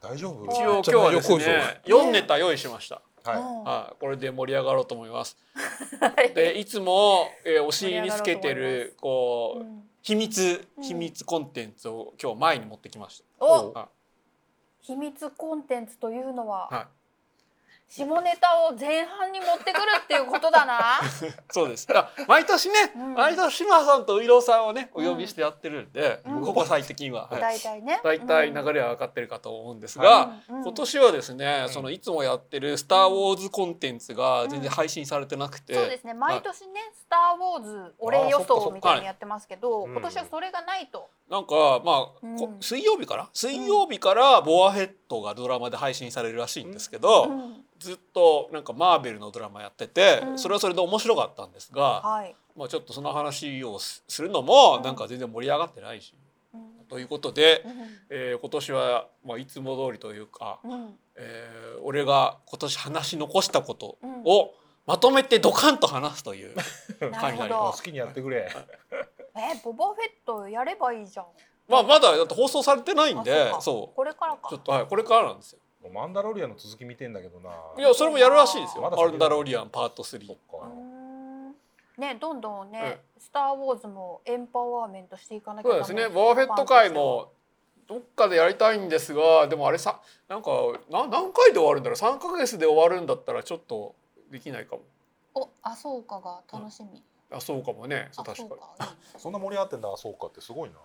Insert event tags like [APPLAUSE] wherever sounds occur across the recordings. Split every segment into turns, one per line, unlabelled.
大丈夫
一応今日はですね、4ネタ用意しました。
は
はい、これで盛り上がろうと思います。で、いつも、えーお尻につけてる、こう、秘密、
うん
秘密コンテンツを今日前に持ってきまし
お
た。は
秘密コンテンツというのは、
いはい、
下ネタを前半に持ってくるっていうこと
[LAUGHS]
だな
そうです。あ毎年ね、
うん
毎年志麻さんと伊郎さんをね、お呼びしてやってるんで、
うん
ここ最近は。はい
大体ね
大体流
れ
れは分かってるかと思うんです
は
が、今年はですね、
うん
そのいつもやってる「スター・ウォーズ」コンテンツが全然配信されてなくて、
そうですね毎年ね「スター・ウォーズ」お礼予想みたいなのやってますけ
あー
ど、
そっ
今
かそっか
年はそれがないと、
なんかまあ、こ
うん
水曜日から水曜日からボアヘッドがドラマで配信されるらしいんですけど、
うん
ずっとなんかマーベルのドラマやってて、
うん
それはそれで面白かったんですが、
はい、
まあ、ちょっとその話をすするのも
うん
なんか全然盛り上がってないし。
うん
ということで、
うん
えー今年はまあいつも通りというか、
うん
えー俺が今年話し残したこと
うん
をまとめてドカンと話す
[LAUGHS]
という。
なるほ
神々
い。
の
ど
好きにやってくれ。
えボバフェットやればいいじゃん
まあまだだって放送されてないんで
あ、か
そ
これからか
う。ちょっとはいこれからなんですよ。
もうマンダロリアンの続き見てんだけどな。
いやそれもやるらしいですよ。
まだ
マ
先だ
ルダロリアンパート3
そっ。
うー
か。
んねどんどんね「スター・ウォーズ」もエンパワーメントしていかなきゃ
そうですね。ボーフェット会もどっかでやりたいんですが、でもあれさなんかな何回で終わるんだろう。三ヶ月で終わるんだったらちょっとできないかも。
おあそうかが楽しみ、
あそうかもね。そう
あ
確
そ
か
う
に。
かいい
そんな盛り上がってんだ、そうかってすごいな。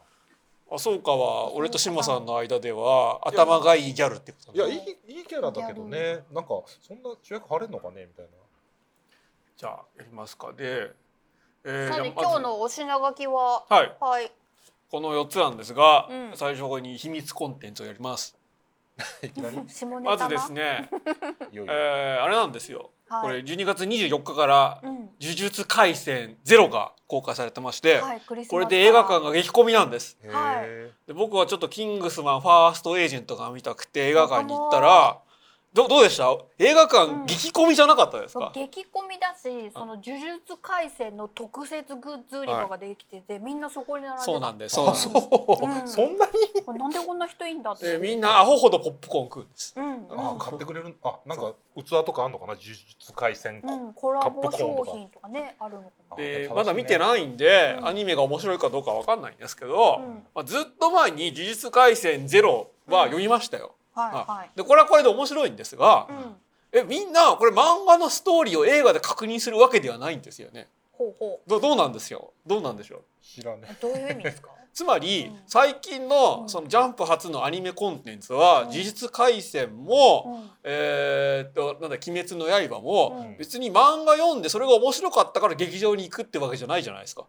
あそうかは俺とシマさんの間では頭がいいギャルってこと
い
だ
や、
ね。
いい、いいキャラだけどね、なんか、そんな主役張れんのかねみたい
じゃあやりますかで。え
さ
じゃ
て
あ
今日のお品書きは、
はい。
はい、
この4つなんですが、
うん
最初に秘密コンテンツをやります。
な。いきなり。
下ネタ
ま
な
ずですね、
いよいよ。
[LAUGHS] えーあれなんですよ。
はい、
これ12月24日から
う
呪
ん、
術廻戦ゼロが公開されてまして、
はい、クリスマス
これで映画館
が
が激混みなんです。
へ
はい
え。
で僕はちょっとキングスマンファーストエージェントが見たくて映画館に行ったら、どどうでした？映画
うん
館激混みじゃなかったです
そう
か？
激混みだしその呪術廻戦の特設グッズ売り場ができてて、みんなそこに並んでた
そうなんです。
あ、
そう
そ
な
う。
う
んで
ん
そんなに。
これなんでこんな人いいんだっ
すで
て
みんなアホほどポップコーン食うんです。
うん
あ、
う
買ってくれる。あ、なんか器とかあんのかな、呪術廻戦。
ん、うん、コラボ
カップコーン
商
とか
品とかねあるのか
あ
で
楽しいね
まだ見てないんで、
うん
アニメが面白いかどうかわかんないんですけど、
な、うん、
まあ、ずっと前に「呪術廻戦ゼロは読みましたよ。
はいはい
でこれはこれで面白いんですが、
うん
えみんなこれ漫画のストーリーを映画で確認するわけではないんですよね。
ほうほ
どどうなんですよどうなんでしょう
知らね
うどういう意味ですか
つまり、
うん
最近
う
の
ん
そのジャンプ初のアニメコンテンツ
うん
は「呪術廻戦」も「
うん
えーっとなんだ鬼滅の刃も」
うん
別に漫画読んでそれが面白かったから劇場に行くってわけじゃないじゃないですか。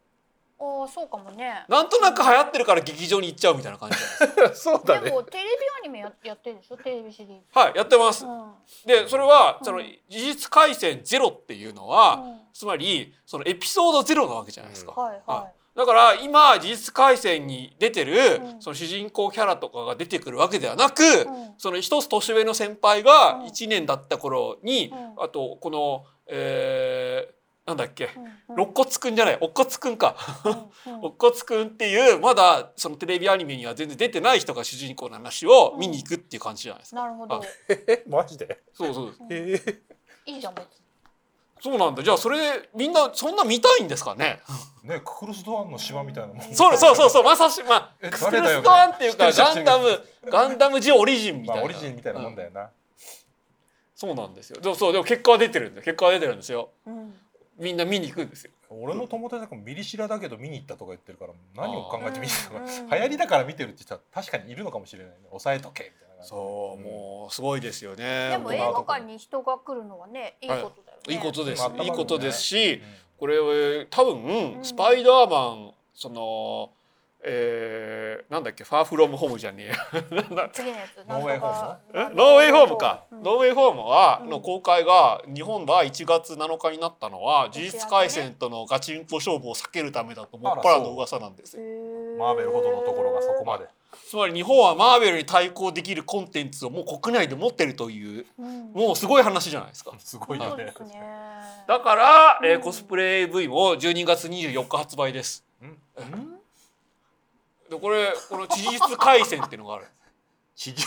ああそうかもね
なんとなく流行ってるから劇場に行っちゃうみたいな感じなんです。
え。そうだね。
でもテレビアニメややってるでしょテレビシリー
はいやってます
ズ、。うん
でそれは
うん
その事実回線ゼロっていうのは、
うん
つまりそのエピソードゼロなわけじゃないですか、
はいは
だから今事実回線に出てる、
うん
その主人公キャラとかが出てくるわけではなく、
い、うん
その一つ年上の先輩
う
が
ん
1年だった頃に、
うん
あとこの、えーなんだっけ、
うん
肋骨くんじゃないおっ骨くんか
うんうん
肋骨くんっていうまだそのテレビアニメには全然出てない人が主人公の話を見に行くっていう感じじゃないですか、
なるほど
あ
え、マジで。
そうそう
うん
へえ。
いいじゃん別に
そうなんだ。じゃあそれみんなそんな見たいんですかね。
ね、ククルスドアンの島みたいなもん。
そうそうそうそうまさしまあ
え
クスク
誰
ル
だよ
スドアンってい
[LAUGHS]
うか
知っ
ガ
て
ン
る
ダムガンダムジオリジンみた
まあ、
いな。
オリジンみたいなもんだ
よ。
よな。
そうなんですよ。でもそうでも結果は出てるんで結果は出てるんですよ。
うん
みんな見に行くんですよ。
俺の友達なんかミリ知らだけど見に行ったとか言ってるから何を考えて見に行ったのか、
うん
流行りだから見てるって言ったら確かにいるのかもしれないね抑えとけみたいな感じ
そう
うん
もうすごいですよね。
でも映
映
画
画
館に人が来るのはねいいことだよね
いいことです
まあ頭も。ね
いいことですし
うん、
これは多分
うん
スパイダーマンその。えー、なんだっけファーフロムホームじゃねえやなんだ
次のやつ
ノーウェイホー
えノーウェイホームか、
うん
ノーウェイホームは、
うん
の公開が日本は1月7日になったのは
ち
事
らね
実回戦とのガチンコ勝負を避けるためだともっぱらの噂なんですよ
へ
マーベルほどのところがそこまで
つまり日本はマーベルに対抗できるコンテンツをもう国内で持ってるという
うん
もうすごい話じゃないですか
すごい
そ
よ
うで
ね
すね
だから、えー
うん
コスプレ AV も12月24日発売です
うん
でこれこの事実回戦っていうのがある
四十
う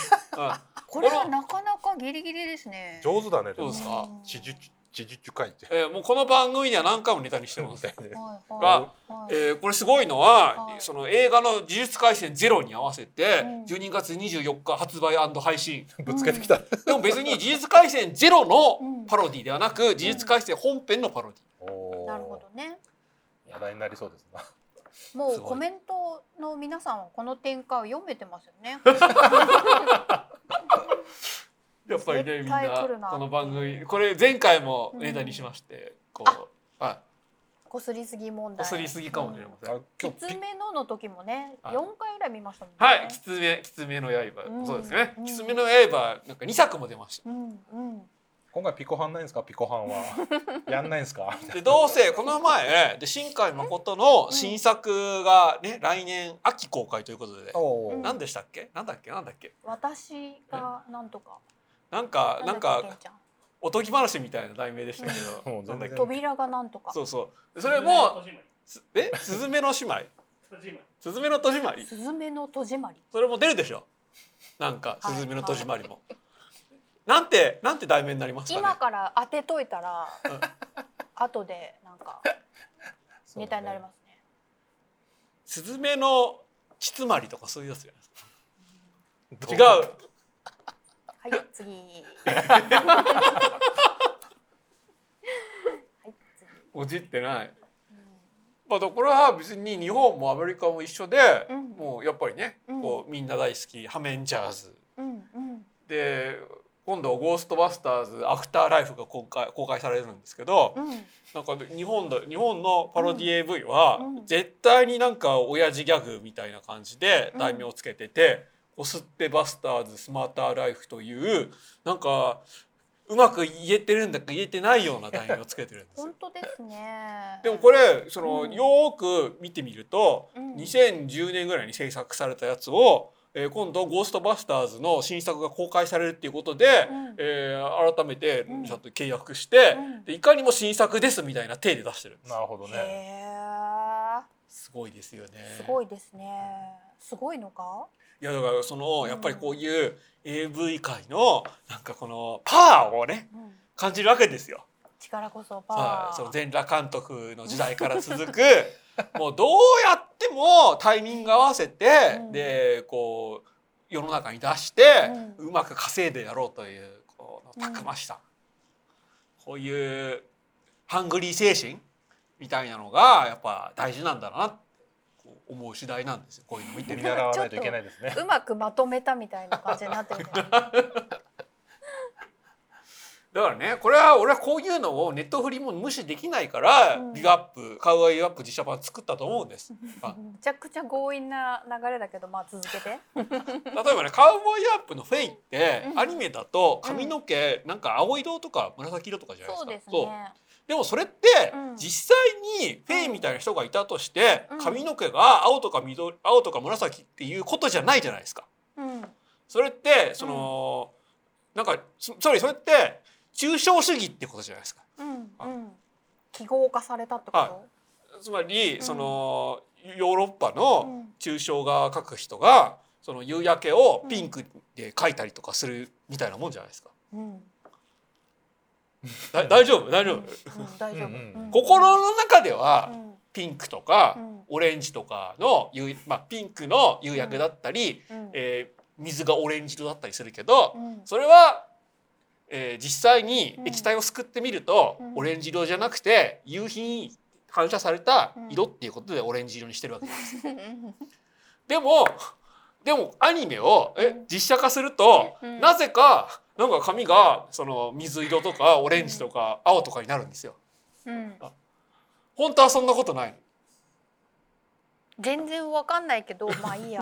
これはなかなかギリギリですね。
上手だねで
ん、
も
そうですか。
知事知事中会って
えーもうこの番組には何回もネタにしてます。
で
はい
が
はいはい
えーこれすごいのは、
はい
その映画の「呪術廻戦ゼロに合わせて、
うん
12月24日発売配信
ぶつけてきた
でも別に「呪術廻戦ゼロの
うん
パロディではなく「呪術廻戦本編のパロディ
[LAUGHS] おー
なるほどね。
話題になりそうですな
も
す
う
ごい
コメントの皆さんはこの展開を読めてますよ
[LAUGHS]
ね。
やっぱりねみん
絶対来る
な
な
この番組これ前回もネタにしまして、こうあ
こすりすぎ問題。
こすりすぎかもしれませ
あ
ん、
今
き
日
つめのの時もね、
はい
四回ぐらい見ましたもんね。
はい「きつめきつめの刃」
うん
そうですね「
うん
きつめの刃」なんか2作も出まし
うんうん。
今回ピコハンないんですかピコハン
[LAUGHS]
はやんないんですか
たでどうせこの前で新海誠の新作がね来年秋公開ということで
お
う
ー
ん
何でしたっけなんだっけなんだっけ
私がなんとか。
なんかなん
だっけ
か
んちゃん
おとぎ話みたいな題名でしたけ [LAUGHS] ど
もう全然
なんだっけ
扉がなんとか。
そうそうそれもすえスズメの姉妹スズメの戸締まり
すずめの戸締まり。
それも出るでしょなんか
はい
すずめの戸締まりも、なんてなんて題名になりますか
今
ね
から当てといたら
ん、
後でなんか
そうだね
ネタになりますね。
すずめのちつまりとかそういうやつじゃないで
ど
すか違う
はい、次。
[LAUGHS]
はい、次。
おじってないまあだからこれは別に日本もアメリカも一緒で、
うん
もうやっぱりね、
うん
こうみんな大好きハメンジャーズ
うんうん。
で今度「ゴーストバスターズアフターライフ」が公開公開されるんですけど、
うん。
なんか日本だ日本のパロディ AV は
うん
絶対になんか親父ギャグみたいな感じで題名をつけてて「こすってバスターズスマーターライフ」というなんかうまく言えてるんだか言えてないような題名をつけてるんですよ
本。当ですね。
でもこれその
うん
よーく見てみると
うん
2010年ぐらいに制作されたやつをえー今度「ゴーストバスターズ」の新作が公開されるっていうことで
うん
えー改めて
うん
ちゃんと契約して
うん
でいかにも新作ですみたいな体で出してるんです
なるほどね
へ
すごいですよね
え。すごいですね。すごいのか？
いやだからその
うん
やっぱりこういう AV 界のなんかこのパワーをね
うん。
感じるわけですよ。
力こそパ
は
ワ
い、その
ー。
全裸監督の時代から続
[LAUGHS]
くもうどうやってもタイミング合わせて、
うん
でこう世の中に出して、
う
うまく稼いでやろうというこのたくましさ、こういうハングリー精神みたいなのがやっぱ大事なんだなってこう思う次第なんですよこういうの見て
見
み
習わないといけないですね
うまくまとめたみたいな感じになってるけど。
だからねこれは俺はこういうのをネットフリも無視できないから、
うん
ビッグアップカウアイアップ自社版作ったと思うん
[LAUGHS]
です。あ
めちゃくちゃ強引な流れだけど、まあ続けて。
例えばねカウボーイアップの「フェイ」って、
うん
アニメだと髪の毛、なんか青色とか紫色とかじゃないです
そう
か
ですね。
でもそれって、
うん
実際にフェイみたいな人がいたとして、
うん
髪の毛が青とか緑青とか紫っていうことじゃないじゃないですか。
うん。
それってその、なんかそつまりそれって抽象主義ってことじゃないですか。
うん
あ
うん。記号化されたってこ
つまり
うん
その、ヨーロッパ
と？う
の
ん。
抽象画描く人がその夕焼けをピンクで描いたりとかするみたいなもんじゃないですか。
うん。
だ大丈夫大丈
う
夫
ん、大丈夫
うんうん
うん。
心の中では
うん。
ピンクとか、
うん
オレンジとかの夕、まあ、ピンクの夕焼けだったり、
うん。
えー水がオレンジ色だったりするけど、
うん
それは、えー実際に
うん
液体をすくってみると、
うん
オレンジ色じゃなくて夕日に反射された色っていうことでオレンジ色にしてるわけです。でもでもアニメをえ実写化すると、
うん
なぜかなんか髪がその水色とかオレンジとか青とかになるんですよ。
うん。
本当はそんなことないの。
全然わかんないけど、まあいいや。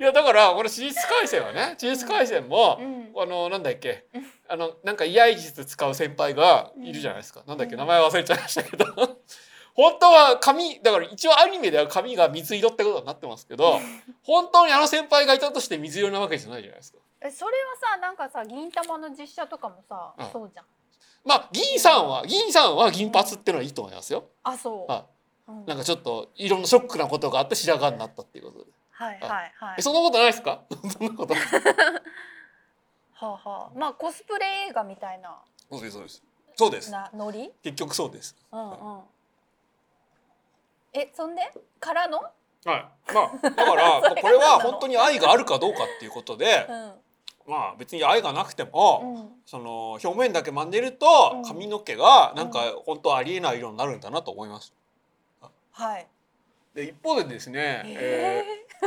いやだからこれ「呪術廻戦」はね「呪術廻戦も」
うん
あのなんだっけあのなんか居合術使う先輩がいるじゃないですか、なんだっけ名前忘れちゃいましたけど [LAUGHS] 本当は髪だから一応アニメでは髪が水色ってことになってますけど本当にあの先輩がいたとして水色なわけじゃないじゃないですか。
え、それはさ、なんかさ、銀玉の実写とかもさ
うん、
そうじゃん。
まあ銀さんは銀さんは銀髪っていうのはいいと思いますよ。
あ、そう。
は
うん
い、なんかちょっといろんなショックなことがあって白髪になったっていうことで。
はいはいはい
え。そんなことないですか [LAUGHS] そんなこと
はあ、はあ、まあコスプレ映画みたいな
そうですそうですそうです
なノリ。
結局そうです
うんうん。えそんでからの？
はいまあだ [LAUGHS] からまあこれは本当に愛があるかどうかっていうことで
う、ん
まあ別に愛がなくても、
うん。
その表面だけ真似ると
うん
髪の毛がなんか本当ありえない色になるんだなと思います。
はい。
で一方でですね、
え
え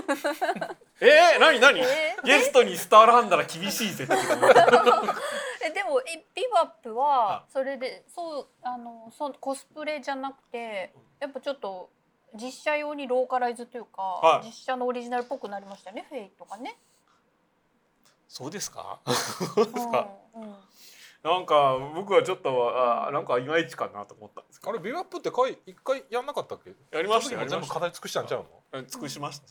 ー、えー、何何
ー、え
ゲストにスターランダら厳しいぜってこと [LAUGHS]
ー、えでもえビバップは
あ
それでそうあのそうコスプレじゃなくてやっぱちょっと実写用にローカライズというか、
はい
実写のオリジナルっぽくなりましたよねフェイとかね。
そうですかそうですか、
うんうん。
なんか僕はちょっとあーなんかいまいちかなと思ったんですけ
あれビバップってかい一回やんなかったっけ
どやりましたよ
そ
や
の時も全部
りました
語り尽くしたんちゃうの
うん尽くしました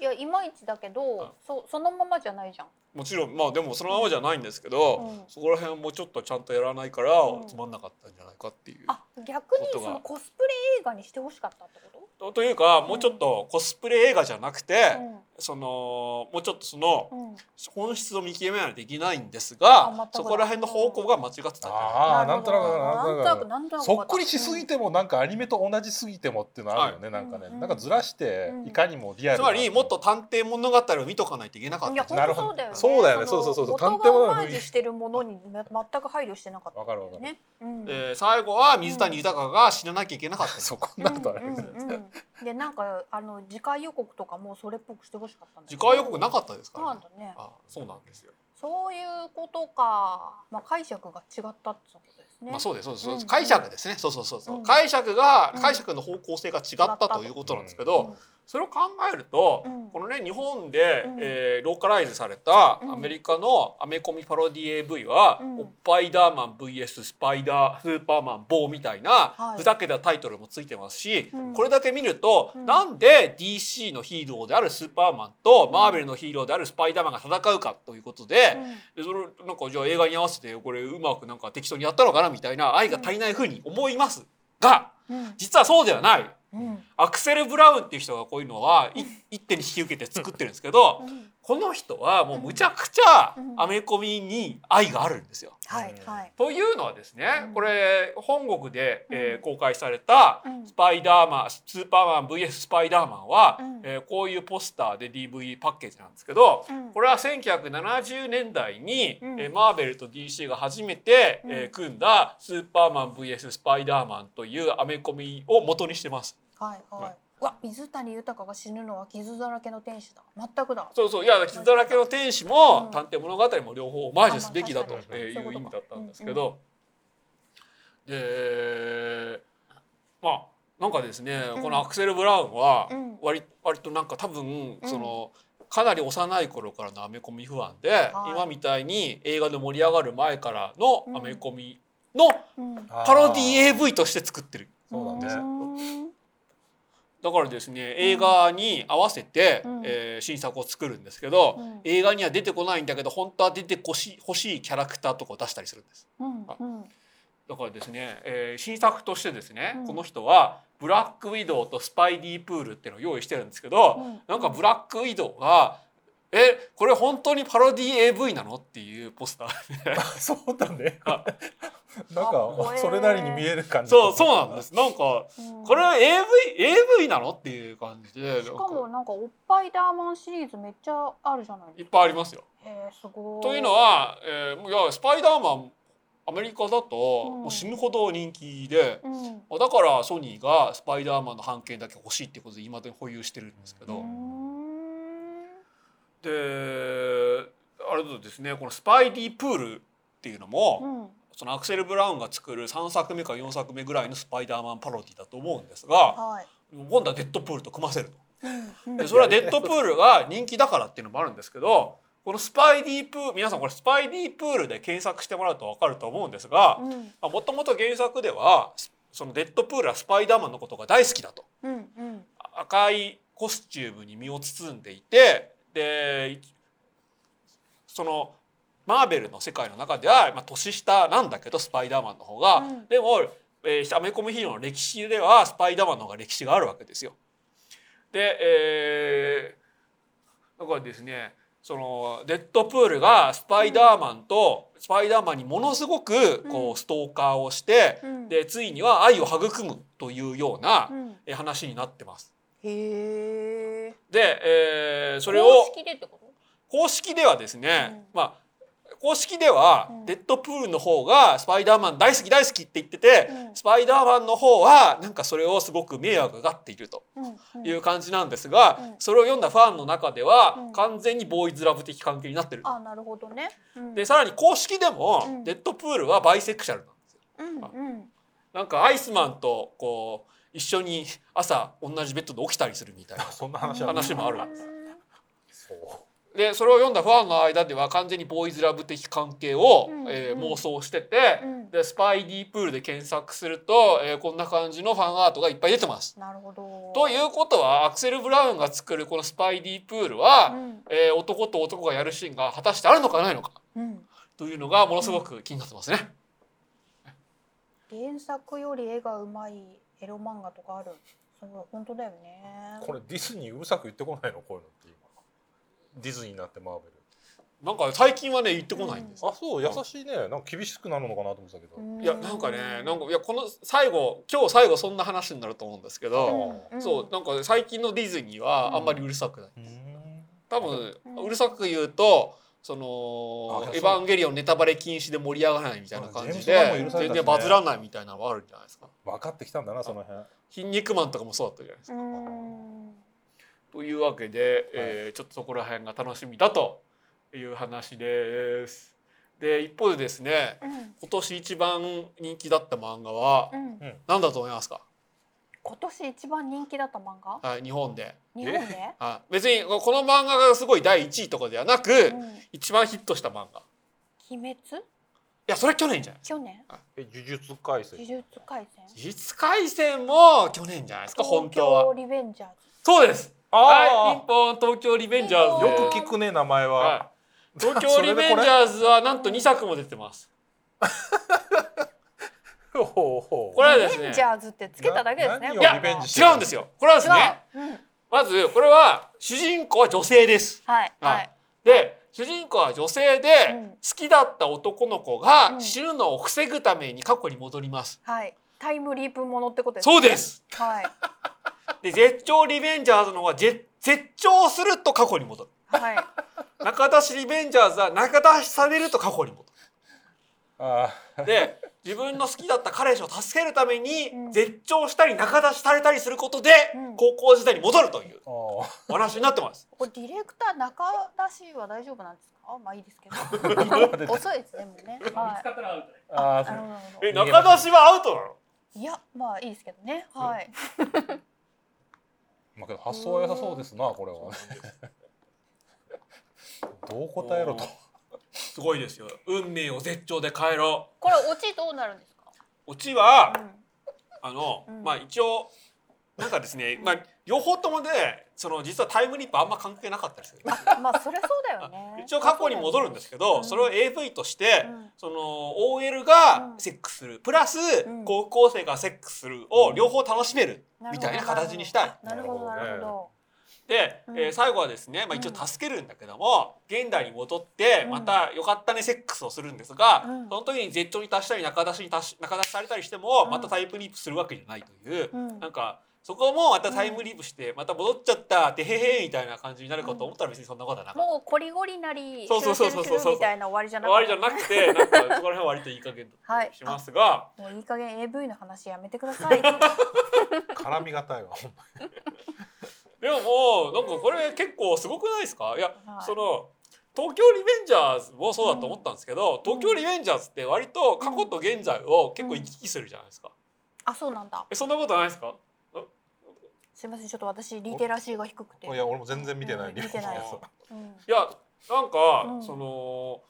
いやいまいちだけ
あ
どそそのままじゃないじゃん。
もちろんまあでもそのままじゃないんですけど、
うん
そこら辺もちょっとちゃんとやらないから、
うん
つまんなかったんじゃないかっていう
あ逆に
ことが
そのコスプレ映画にしてほしかったってこと？
とというかもうちょっとコスプレ映画じゃなくて、
う
そのもうちょっとその
んうん。
本質を見極めないといけないんです
あ全く
が
だ
そこら辺の方向が間違ってたんじゃないか
ああなんとなく
な
なんん
と
と
なく
な
なんとな
く
く
そっくりしすぎてもなんかアニメと同じすぎてもっていうのあるよね、なんかね、
うん
なんかずらして
うん
いかにもリアル
つ
な
まりもっと探偵物語を見とかないといけなかった
い
ん
や
じゃな
本
な
当
る
い
ほど
そうだよね。
そうだよね
の
そうそうそう
元
探偵
が
物
オ
の
マージュしてるものにめ全く配慮してなかった
わかるわかる
ね。うん。
で最後は水谷豊が死ななきゃいけなかったんです
そうこんなことある、
うんうんうんでなんかあの次回予告とかもそれっぽくしてほしかったんだけ
次
ど。
回予告なかったですか
そうな
ら、
んだ、
ね
ね。
あそうなんですよ、
そういうことか。まあ解釈が違ったってことですね。
まあそうですそうです、そうで
う
す
ん
解釈ですねそうそうそうそう、
うん
解釈が
うん
解釈の方向性が違ったということなんですけど、
うん
それを考えると、
うん
このね日本で、
うん
えーローカライズされた
うん
アメリカのアメコミパロディ AV は、
うん
おっぱいダーマン VS スパイダースーパーマン棒みたいな、
はい
ふざけたタイトルもついてますし、
うん
これだけ見ると、
うん
なんで DC のヒーローであるスーパーマンと、マーベルのヒーローであるスパイダーマンが戦うかということで。
うん
でそれなんかじゃあ映画に合わせてこれうまくなんか適当にやったのかなみたいな愛が足りないふうに思いますが
うん
実はそうではない
うん
アクセル・ブラウンっていう人がこういうのはい一手に引き受けて作ってるんですけど、
うん
この人はもうむちゃくちゃ
うん
アメコミに愛があるんですよ。
はいはい。
というのはですね
うん
これ本国で、えー
うん
公開された
うん
スパイダーマンスーパーマン VS スパイダーマンは、
うん
えーこういうポスターで DV パッケージなんですけど、
うん
これは1970年代に、
うん
えーマーベルと DC が初めて、
うん
えー組んだ「スーパーマン VS スパイダーマン」というアメコミを元にしてます。
はいは
はいい。
うわ水谷豊が死ぬのは傷だらけの天使だ。全くだ。
そうそういや「傷だらけの天使」
うん
も「探偵物語」も両方オマージュすべきだと
あまあ確か
え
に
ーい
そう
う
い
意
うこ
味
と
だ
か
ったんですけどでまあなんかですね
うん
このアクセル・ブラウンは
うん
割割となんか多分
うん
その。かなり幼い頃からのアメコミファンで、
い
今みたいに映画で盛り上がる前からの
うん
アメコミの
うん。
あー
パロディ AV として作ってる
そうだね
ね。
だからですね映画に合わせて、
うん
えー新作を作るんですけど、
うん
映画には出てこないんだけど本当は出てこし欲しいキャラクターとかを出したりするんです
うんうん。
だからですね、えー新作としてですね、
うん
この人はブラックウィドウとスパイディープールっていうのを用意してるんですけど、
うん
なんかブラックウィドウが「えこれ本当にパロディ AV なの?」っていうポスター
そうだね
あ
[LAUGHS] なん
かっこ
か
ええ
それなりに見える感じ
[LAUGHS] [LAUGHS] そうそうなんですなんかこれは AV, AV なのっていう感じで
し
なん
かも
か
なんかおっぱいダーマンシリーズめっちゃあるじゃない
い
で
っ
すか。
ぱいありますよ。
へえすごい。
というのは、えー、いやスパイダーマンアメリカだともう死ぬほど人気で、
うん。
あだからソニーがスパイダーマンの版権だけ欲しいってことで今で保有してるんですけど、
うん
であれとですねこの「スパイディプール」っていうのも、
うん。
そのアクセル・ブラウンが作る3作目か4作目ぐらいのスパイダーマンパロディだと思うんですが
はい。
今度はデッドプールと組ませると。
うん
でそれはデッドプールが人気だからっていうのもあるんですけどこのスパイディープール皆さんこれスパイディープールで検索してもらうと分かると思うんですが
うん
もともと原作ではスそのデッドプールはスパイダーマンのことが大好きだと
うんうん。
あ赤いコスチュームに身を包んでいてでいそのマーベルの世界の中では、まあ、年下なんだけどスパイダーマンの方が、
うん
でも、えーアメコミヒーローの歴史ではスパイダーマンの方が歴史があるわけですよ。で、えーだからですねそのデッドプールがスパイダーマンと、スパイダーマンにものすごくこうストーカーをして、
うん
でついには愛を育むというような
うん
え話になってます。
へえ。
で、えーそれを
公式でってこと？
公式ではですね、まあ公式では
うん
デッドプールの方がスパイダーマン大好き大好きって言ってて、
うん
スパイダーマンの方はなんかそれをすごく迷惑がかっていると
うんうん
いう感じなんですが、
うん
それを読んだファンの中では
うん
完全にボーイズラブ的関係になってる。
あ、なるほどね。うん
でさらに公式で
う
も
ん
デッドプールはバイセクシャルなんですよ。
うんうん。
なんかアイスマンとこう一緒に朝同じベッドで起きたりするみたいな。
そんな話は
話もある
そう
でそれを読んだファンの間では完全にボーイズラブ的関係を、
うん
えー
うん
妄想してて、
うん
でスパイディープールで検索すると、えーこんな感じのファンアートがいっぱい出てます。
なるほど。
ということはアクセル・ブラウンが作るこのスパイディープールは、
うん
えー男と男がやるシーンが果たしてあるのかないのか
うん。
というのがものすごく気になってますね。
原作より絵がうまいエロ漫画とかある。そう本当だよね。
これディズニーうるさく言ってこないのこういうのって今ディズニーになってマーベル
なんか最近はね言ってこないんですよ。
あそう優しいねなんか厳しくなるのかなと思ってたけど、
うん
いやなんかねなんかいやこの最後今日最後そんな話になると思うんですけ
う
ど、
んうん
そうなんか最近のディズニーはあんまりうるさくない。
うん
多分、
うん
うるさく言うとそ
あ
の
そう
エヴァンゲリオンネタバレ禁止で盛り上がらないみたいな感じ
ジェームズガンも
許
で
され
たしね
全然バズらないみたいなのはあるんじゃないですか。
分かってきたんだなその辺
筋肉マンとかもそうだったじゃないです
う
か。
ん。
というわけで、えーちょっとそこら辺が楽しみだという話です。で一方でですね
うん
今年一番人気だった漫画は
うん。
何だと思いますか、
今年一番人気だった漫画？
はい、日本で。
日本で？
はい別にこの漫画がすごい第1位とかではなく、
うん。
一番ヒットした漫画。い
鬼滅？
やそれは去年じゃない
去年？
え呪術廻戦
呪術廻戦。
呪術廻戦も去年じゃないですか本当
東京
は
リベンジャー
そうです
あ
はい
ー
日本東京リベンジャーズ
ピン
よ
ポン
く聞くね名前は、
はい東京リベン
[LAUGHS]
ジャーズはなんと2作も出てます
ほうほう
これはで
ズ。リ
すね
ベンジャーズってつけただけですね。
な何
い
を
これ
や
は
リベンジし
違うんですよこれはですね
違う。うん。
まずこれは主人公は女性です
はい
はい
はい。
で主人公は女性で
うん
好きだった男の子
う
が
ん
死ぬのを防ぐために過去に戻ります
はい。タイムリープものってことです、
そうです
す。はい。
で絶頂リベンジャーズの方は絶絶頂すると過去に戻る
はい。
中出しリベンジャーズは中出しされると過去に戻る
あ
で自分の好きだった彼氏を助けるために
うん
絶頂したり仲出しされたりすることで
うん
高校時代に戻るという
ーあ
お話になっ
[LAUGHS]
てます。
これディレクター中出しは大丈夫なんですか？まあいいですけ
出
[LAUGHS] ど。
た
遅いですねもうね。はい。
ーあー
なるほどなるほ
え
逃げま
中
した
出しはアウトなの
ど。いやまあいいですけどね。はい。
まあけど発想は良さそうですなこれはねどう答えろと
すごいですよ運命を絶頂で変えろ
これオチどうなるんですか？
オチは
うん。
あの、
うん
まあ一応なんかですね、まあ、両方ともでその実はタイムリープあんま関係なかったりする
まあそれそうだよね。
一応過去に戻るんですけど、
うん
それを AV として、
うん
その OL が
うん
セックスするプラス、
ん
高校生がセックスするを両方楽しめる
なる
み
ほど
たいな形にしたい。
なるほどなるほ
で、
うん
えー最後はですね、まあ、一
うん
応助けるんだけども、現代に戻って
うん
また「よかったねセックス」をするんですが、
うん
その時に絶頂に達したり中出しに達し中出しされたりしても
うん
またタイプリープするわけじゃないという、
ど。うん
なんかそこもまたタイムリープしてまた戻っちゃったてへへみたいな感じになるかと思ったら別にそんなことはなかった。
もうこりごりなり、
そうそうそうそう
シュルシュルシュルみたいな終わりじゃな
終
か
わ
っ
り
た
じゃなくてなんかそこら辺は割といい加減だ
は
った
い
りしますが、
もういい加減 AV の話やめてくださ
[LAUGHS]
い。
絡みがたいわほんま
でももうなんかこれ結構すごくないですかいや、
はい
その東京リベンジャーズもそうだと思ったんですけど、東京リベンジャーズって割と過去と現在を結構行き来するじゃないですか、
あ、そうなんだ。
えそんなことないですか
すみません、ちょっと私リテラシーが低くて。
いや俺も全然見てない、
うん見てない
リアル
うん
いやなんか、
うん
その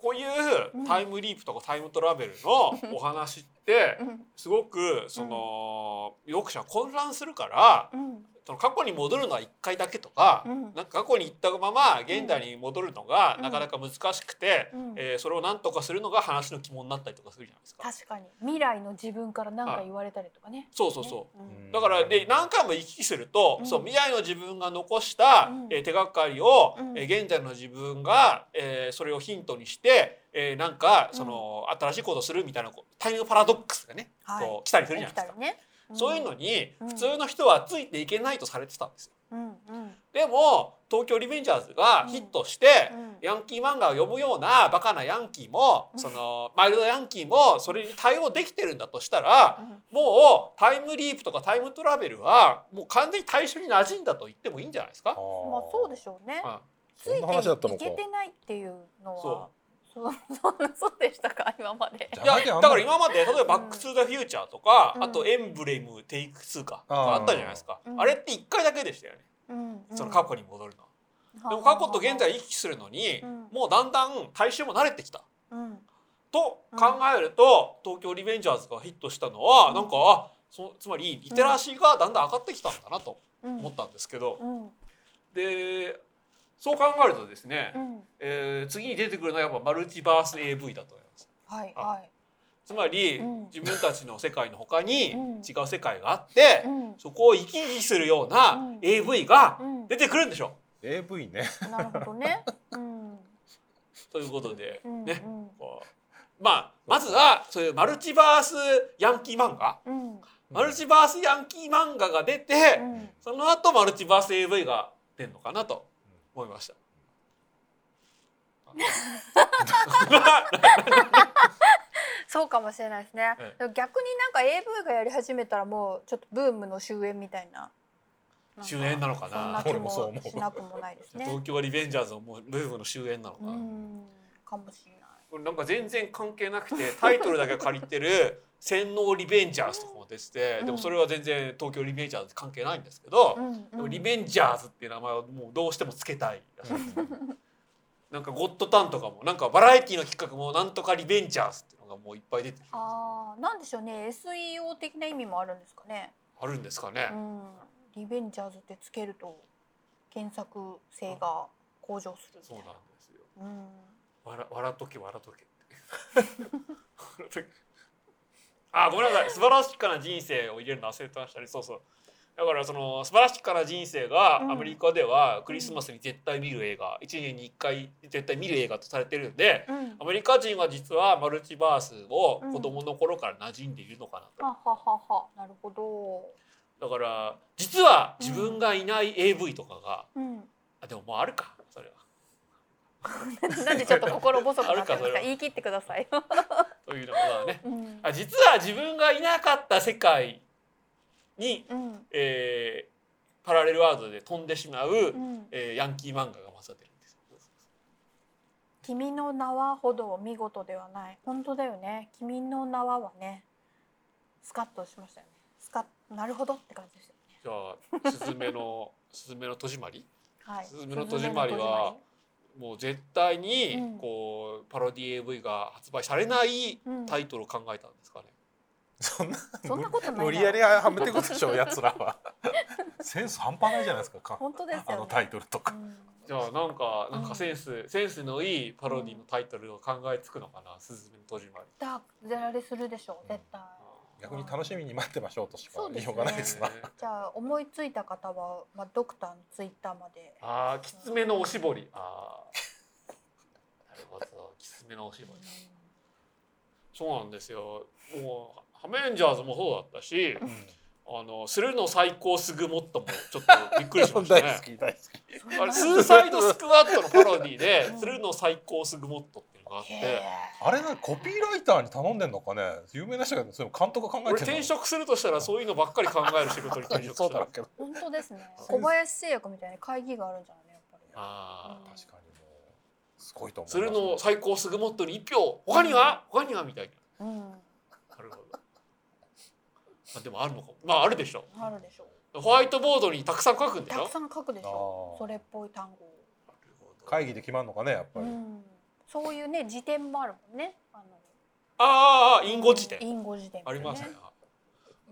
こういうタイムリープとかタイムトラベル
[LAUGHS]
のお話って
うん
すごくその、読者混乱するから
うん
その過去に戻るのは1回だけとか,、
うん
なんか過去に行ったまま現代に戻るのが
うん
なかなか難しくて、
うん
えーそれを何とかするのが話の肝になったりとかするじゃないですか。
確かに未来の自分から何か言われたりとかね。
そうそうそう
ね
うん
だからで何回も行き来すると、
うん
そう未来の自分が残した、
うん
えー手がかりを、
うん
えー現在の自分が、えーそれをヒントにして、えーなんかその、新しいことをするみたいなこうタイムパラドックスがね、
はい
こう来たりす
う
る
ん
じゃ
起
ない
きた
ですか
り。ね。
そういうのに
うん
普通の人はついていけないとされてたんですよ。
うんうん
でも東京リベンジャーズがヒットして、
うん
ヤンキー漫画を読むようなバカなヤンキーもそのマイルドヤンキーもそれに対応できてるんだとしたら
うん
もうタイムリープとかタイムトラベルはもう完全に対象に馴染んだと言ってもいいんじゃないですか。
まあそうでしょうね。
うん
つ
そん
い
な話だった
て
の
い
か
けてないっていうのは
そ。
そうそんなそうでしたか今まで。
いやだから今まで例えば「バック・トゥ・ザ・フューチャー」とか、
うん
あと「エンブレム・テイク2」か
あー
あったじゃないですか、
うん
あれって1回だけでしたよね、
うんうん
その過去に戻るのは。でも
はあ
過去と現在を行き来するのに、
うん
もうだんだん大衆も慣れてきた
うん
と考えると、東京リベンジャーズがヒットしたのは、なんかあそつまりリテラシーがだんだん上がってきたんだなと
うん
思ったんですけど、
うん
でそう考えるとですね、
うん
えー次に出てくるのはやっぱマルチバース AV だと思います。
はい
あ
はい。
つまり、
うん
自分たちの世界の他に
うん
違う世界があって、
うん
そこを行き来するような
うん
AV が
うん
出てくるんでしょ
AV ね
なるほどね。うん
う。ということで、
うん
ねこうまあまずはそういうマルチバースヤンキー漫画、
うん
マルチバースヤンキー漫画が出て、
うん
その後マルチバース AV が出るのかなと思い
[LAUGHS]
ました。
そうかもしれないですね
ええ。
でも逆になんか AV がやり始めたらもうちょっとブームの終焉みたいな。なんか
終焉なの
そ
か
んな
な。
気
俺もそう
も
思う
しなくもないですね
東。京リベンジャーズももうブームの終焉なのか
う
な。
んかもしれない。
これなんか全然関係なくてタイトルだけ借りてる [LAUGHS] 「洗脳リベンジャーズ」とかも出てて、
うん
でもそれは全然東京リベンジャーズ関係ないんですけど、
うんう
でも
ん
リベンジャーズっていう名前をもうどうしてもつけたいらしいですなんかゴッドタンとかもなんかバラエティの企画もなんとかリベンジャーズっていうのがもういっぱい出てる
ああ、なんでしょうね。SEO 的な意味もあるんですかね。
あるんですかね
う、ん、リベンジャーズってつけると検索性が向上するみた
そ
い
うなん
な。
ですよ
うん、
笑笑っとけ笑っとけって笑っとけあごめんなさい素晴らしかな人生を入れるの忘れてましたねそうそうだからその素晴らしかな人生が
うん
アメリカではクリスマスに絶対見る映画、一年に一回絶対見る映画とされてるんで
うん、
アメリカ人は実はマルチバースを
うん
子供の頃から馴染んでいるのかな
はははは、なるほど。
と、だから実は自分がいない AV とかが、 [LAUGHS]
うん、
あでももうあるかそれは
なんでちょっと心細くなってるん
あるか
で
そ
す
れ
か
は
言い切ってくだ
[LAUGHS]
さい。
というのがね
うん、
あ実は自分がいなかった世界に
うん、
えーパラレルワールドで飛んでしまう、
うん、
えーヤンキー漫画が混ざってるんです。
君の名はほど見事ではない。本当だよね。君の名ははね。スカッとしましたよね。スカッ、なるほどって感じでしたよね。
じゃあ「すずめの [LAUGHS] すずめの戸締まり
はい。
すずめの戸締まりは」もう絶対に
うん
こうパロディ AV が発売されない
うん
タイトルを考えたんですかね。
そんな
そんなことないな
無理やりはめてくるでしょやつら [LAUGHS] はセンス半端ないじゃないですかか
本当ですよね。
あのタイトルとか
うん
じゃあなんかなん
う
か
ん
センス、センスのいいパロディのタイトルを考えつくのかな「すずめの戸締まり
だ、出られするでしょう。絶対。」
逆に楽しみに待ってましょうとしか
そうで
言い
すね
ようがないですな
えー
じゃあ思いついた方は、まあ、ドクターのツイッターまで
ああ、きつめのおしぼり。ああ。なるほど、きつめのおしぼり。そうなんですよ。もう、ハメンジャーズもそうだったし、あの、するの最高すぐもっとも、ちょっとびっくりしました
[LAUGHS] 大好
ね。
き大好き
あれ、スーサイドスクワットのパロディで、するの最高すぐもっとっていうのがあっ
へ
て。
あれなコピーライターに頼んでんのかね有名な人がそれ監督が考えてる
俺転職するとしたら、そういうのばっかり考える仕事に転職
そう
し
だろ
た
う。けど
え本当ですね小林製薬みたいな会議があるんじゃないのやっぱり
ああ。
確かにもうすごいと思う
するの最高すぐもっとに一票、他には、他にはみたいな。
うん
なるほど。あ、でもあるのかも。まあ、あるでしょ
あるでしょう
ホワイトボードにたくさん書くんでし
た
ょ
く。さん書くでしょ
あー
それっぽい単語を、
会議で決まるのかねやっぱ
う
り、
ん、そういうね辞典もあるもんねあの
ああああ、隠語辞典。
隠語辞典
ありますね。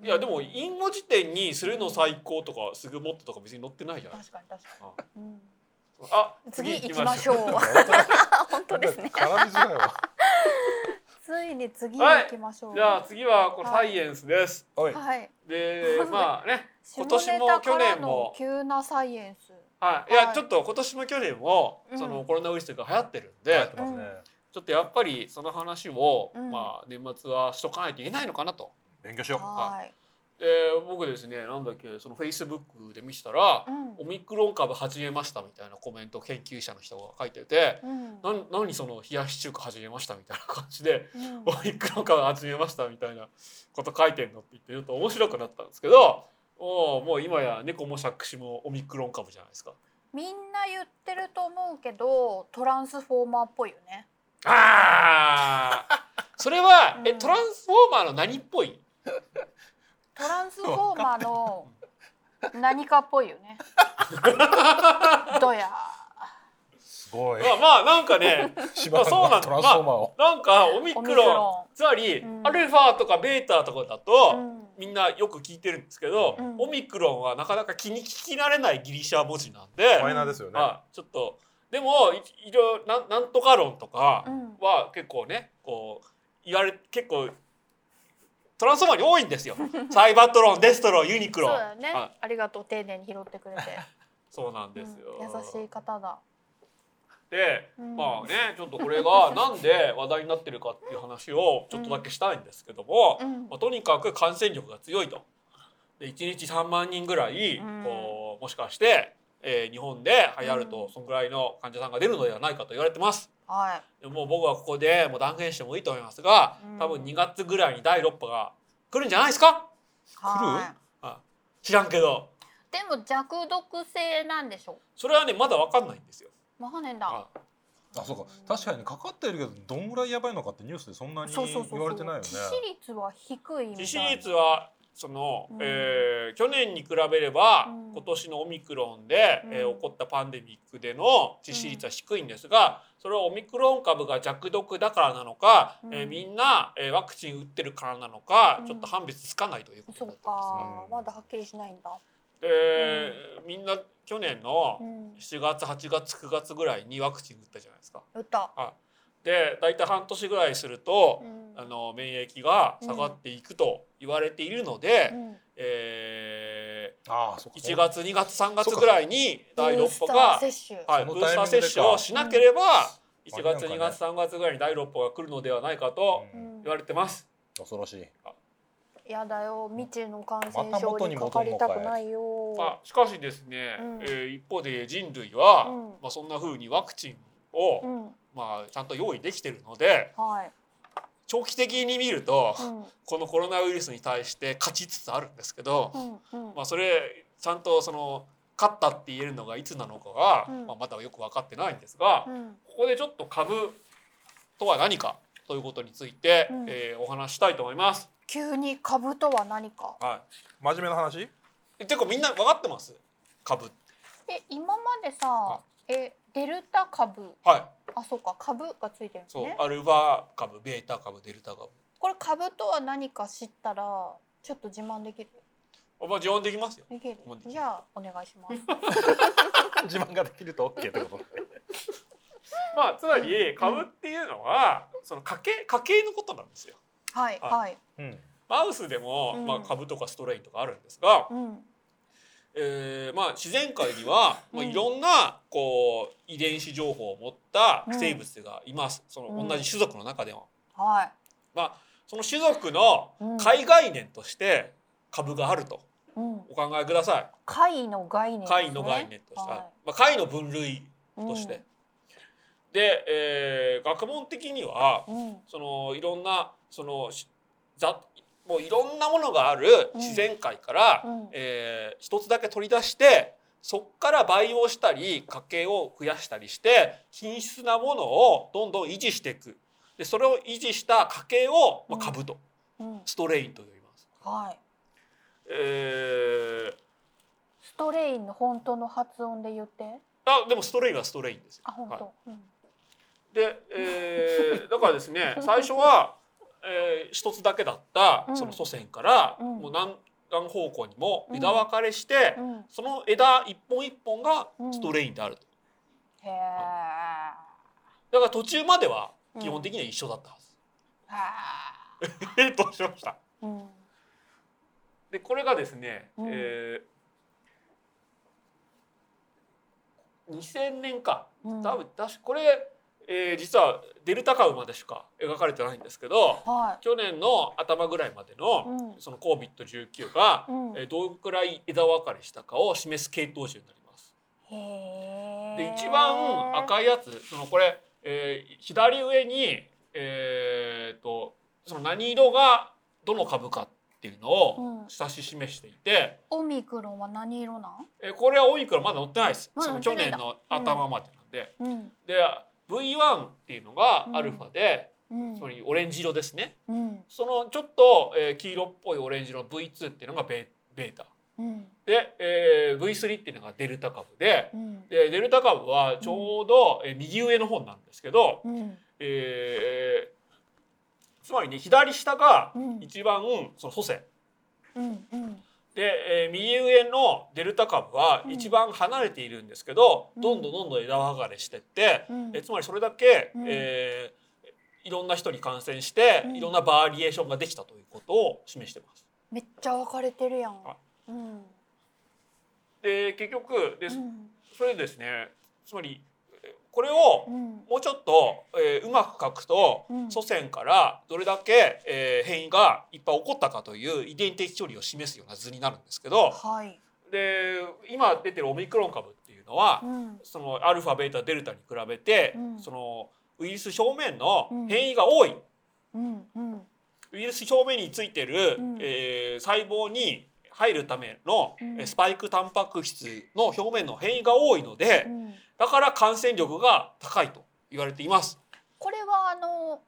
いやでも隠語辞典に「するの最高」とか「すぐもっと」とか別に載ってないじゃないで
確かに確か
すか。
に、うん、
あ
次行きましょう
[LAUGHS]
本当ですね。
絡みづらいわ。
ついに次行きましょう、
じゃあ次はこれサイエンスです。
おい。
はい
でまあね
下
今
ネ
年も
タ
去
から
年
の
も
急なサイエンス
はい、いや、
はい
ちょっと今年も去年も
うん
そのコロナウイルスというか流行ってるん
やっ
で
て、ますね。
ちょっとやっぱりその話を、
うん
まあ年末はしとかないといけないのかなと。
勉強しよう。
はい、
で僕ですねなんだっけそのフェイスブックで見せたら、
うん
オミクロン株始めましたみたいなコメントを研究者の人が書いてて、
うん
なん何その冷やし中華始めましたみたいな感じで。 [LAUGHS]
うん
オミクロン株始めましたみたいなこと書いてんのって言ってちょっと面白くなったんですけどおもう今や猫も杓子もオミクロン株じゃないですか。
みんな言ってると思うけどトランスフォーマーっぽいよね
ああ [LAUGHS] それは、え
うん
トランスフォーマーの何っぽい
トランスフォーマーの何かっぽいよ
[LAUGHS]
ねどや
すごい。
まあまあなんかね
[LAUGHS] 芝さんがトランスフォーマーを。
なんかオミクロン
オミクロ
つまり、
うん
アルファとかベータとかだ
ン、
と、
うん
みんなよく聞いてるんですけど、
うん
オミクロンはなかなか気に聞き慣れないギリシャ文字なんで、
マイナーですよね。
まあちょっとでもいいろいろなんなんとか論とか
うん
は結構ねこう言われ結構トランスフォーマーに多いんです
[LAUGHS]
よサイバトロンデストロンユニク
そう
ロン
だよね
あ
ありがとう丁寧に拾ってくれて、
そうなん
うん
ですよ、
優しい方だ
で、
うん
まあねちょっとこれがなんで話題になってるかっていう話をちょっとだけしたいんですけども、
うん
まあ、とにかく感染力が強いと。で1日3万人ぐらい、
うん
こうもしかして、えー日本で流行るとそのぐらいの患者さんが出るのではないかと言われてます。
はい
でももう僕はここでもう断言してもいいと思いますが
うん
多分2月ぐらいに第6波が来るんじゃないですか
は
知らんけど
いでも弱毒性なんでしょ
それはねまだ分かんないんですよ。
うわかんねえんだ
あ
あ、そうか。確かにかかっているけど、どんぐらいやばいのかってニュースでそんなに
そうそうそうそう
言われてないよね
致。死率は低いみたい
致死率はその、えー去年に比べれば、
うん
今年のオミクロンで、えー
うん
起こったパンデミックでの致死率は低いんですが、それはオミクロン株が弱毒だからなのか、
うん
えーみんな、えーワクチン打ってるからなのか、
うん
ちょっと判別つかないということ
そ
にな
う
ってますね。
か
うん
まだはっきりしないんだ
で、みんな去年の
うん
7月8月9月ぐらいにワクチン打ったじゃないですか。
打った
あで大体半年ぐらいすると
う、ん
あの免疫が下がっていくと言われているので、
うん
え
ああ、そう
ー
か。
1月2月3月ぐらいに第6波が
ブースター接種
はい、
そ
ブ
のタイミング
ースタ
でか
ー接種をしなければ、
うん
1月2月3月ぐらいに第6波が来るのではないかと
う
うんん
言われてます。
恐ろしい。
やだよ未知の感
ま
染
た元
症
に
に
戻
か
んのか
か
い
りたくないよ、
まあ、しかしですね、
うん
えー一方で人類は、
うん
まあ、そんな風にワクチンを、
うん
まあ、ちゃんと用意できてるので
はい、
長期的に見ると、
うん
このコロナウイルスに対して勝ちつつあるんですけど、
うんうん
まあ、それちゃんとその勝ったって言えるのがいつなのかが、
うん
まあ、まだよく分かってないんですが、
うん
ここでちょっと株とは何かということについて、
うん
えーお話ししたいと思います。
急に株とは何か
は
真面目な話？ [LAUGHS]
い、結構みんな分かってます株、
え今までさえデルタ株
はい
あそうか株がついてるんです
そう
ね
アルファ株ベータ株デルタ株
これ株とは何か知ったらちょっと自慢できる
まあ、自慢できますよ。
できる
もうできる
じゃあお願いします
[LAUGHS]
自慢ができるとオッケーってこと。
まあ、つまり株っていうのは、その家計家計のことなんですよ。
はい
あ
はい
うん。
マウスでも、
うん
まあ、株とかストレインとかあるんですが、
うん
えーまあ、自然界には、
うん
まあ、いろんなこう遺伝子情報を持った生物がいます。そ
うん
の同じ種族の中でも、
はい
その種族の
うん
海概念として株があると
うん
お考えください。
貝の概念ですね
貝の概念として、
は
まあ、貝の分類
い
として。で、えー学問的には
うんうん
そのいろんなそのしざもういろんなものがある
うん
自然界から、
うん
えー一つだけ取り出してそこから培養したり家計を増やしたりして品質なものをどんどん維持していくでそれを維持した家計を、まあ、
うん
株と、
うん
ストレインと呼びます。
はい
えー
ストレインの本当の発音で言って
あでもストレインはストレインですよ。
あ本
はい
当うん
で、えー、だからですね最初はえー一つだけだった
うん
その祖先から、
うん
もう何何方向にも枝分かれして、
うん
その枝一本一本が
うん
ストレインであると、
へえ。
だから途中までは基本的には一緒だったはず。
は
えどうしました
うん
でこれがですね、
うん
えー2000年か
うん
多分確かこれ、えー実はデルタ株までしか描かれてないんですけど
は
去年の頭ぐらいまで
い。
の
ん。
その COVID-19 が、
うん
えーどのくらい枝分かれしたかを示す系統樹になります。
へ
で一番赤いやつそのこれ、えー左上に、えー、とその何色がどの株かっていうのを
うん
指し示していて、
オミクロンは何色なん？
えーこれはオミクロンまだ載ってないです、
まだ
そ
載
の
って
去
ないん
年
だ
の頭までなんで。
うん
で V1 っていうのがアルファで、
うん
つまりオレンジ色ですね
うん
そのちょっと、えー黄色っぽいオレンジの V2 っていうのがベベータ
うん
で、えー V3 っていうのがデルタ株で
うん
でデルタ株はちょうど、えー右上の方なんですけど、
うん
えーつまりね左下が
うん
一番その祖先
うんうん
で、えー右上のデルタ株は
うん
一番離れているんですけど、
うん
どんどんどんどん枝分かれしてって、
うん
えつまりそれだけ、
うん
えーいろんな人に感染して、
うん
いろんなバリエーションができたということを示してます。
めっちゃ分かれてるやん
あ。
うん
で結局で
うん
それでですねつまりえーこれを
うん
もうちょっと、えーうまく書くと、
うん
祖先からどれだけ、えー変異がいっぱい起こったかという遺伝的距離を示すような図になるんですけど
はい。
で今出てるオミクロン株っていうのは、
うん
そのアルファベータデルタに比べて、
うん
そのウイルス表面の
うん
変異が多い、
うんうん
ウイルス表面についてる、
うん
えー細胞に入るための、
うん
えースパイクタンパク質の表面の変異が多いので、
うん
だから感染力が高いと言われています。
これはあの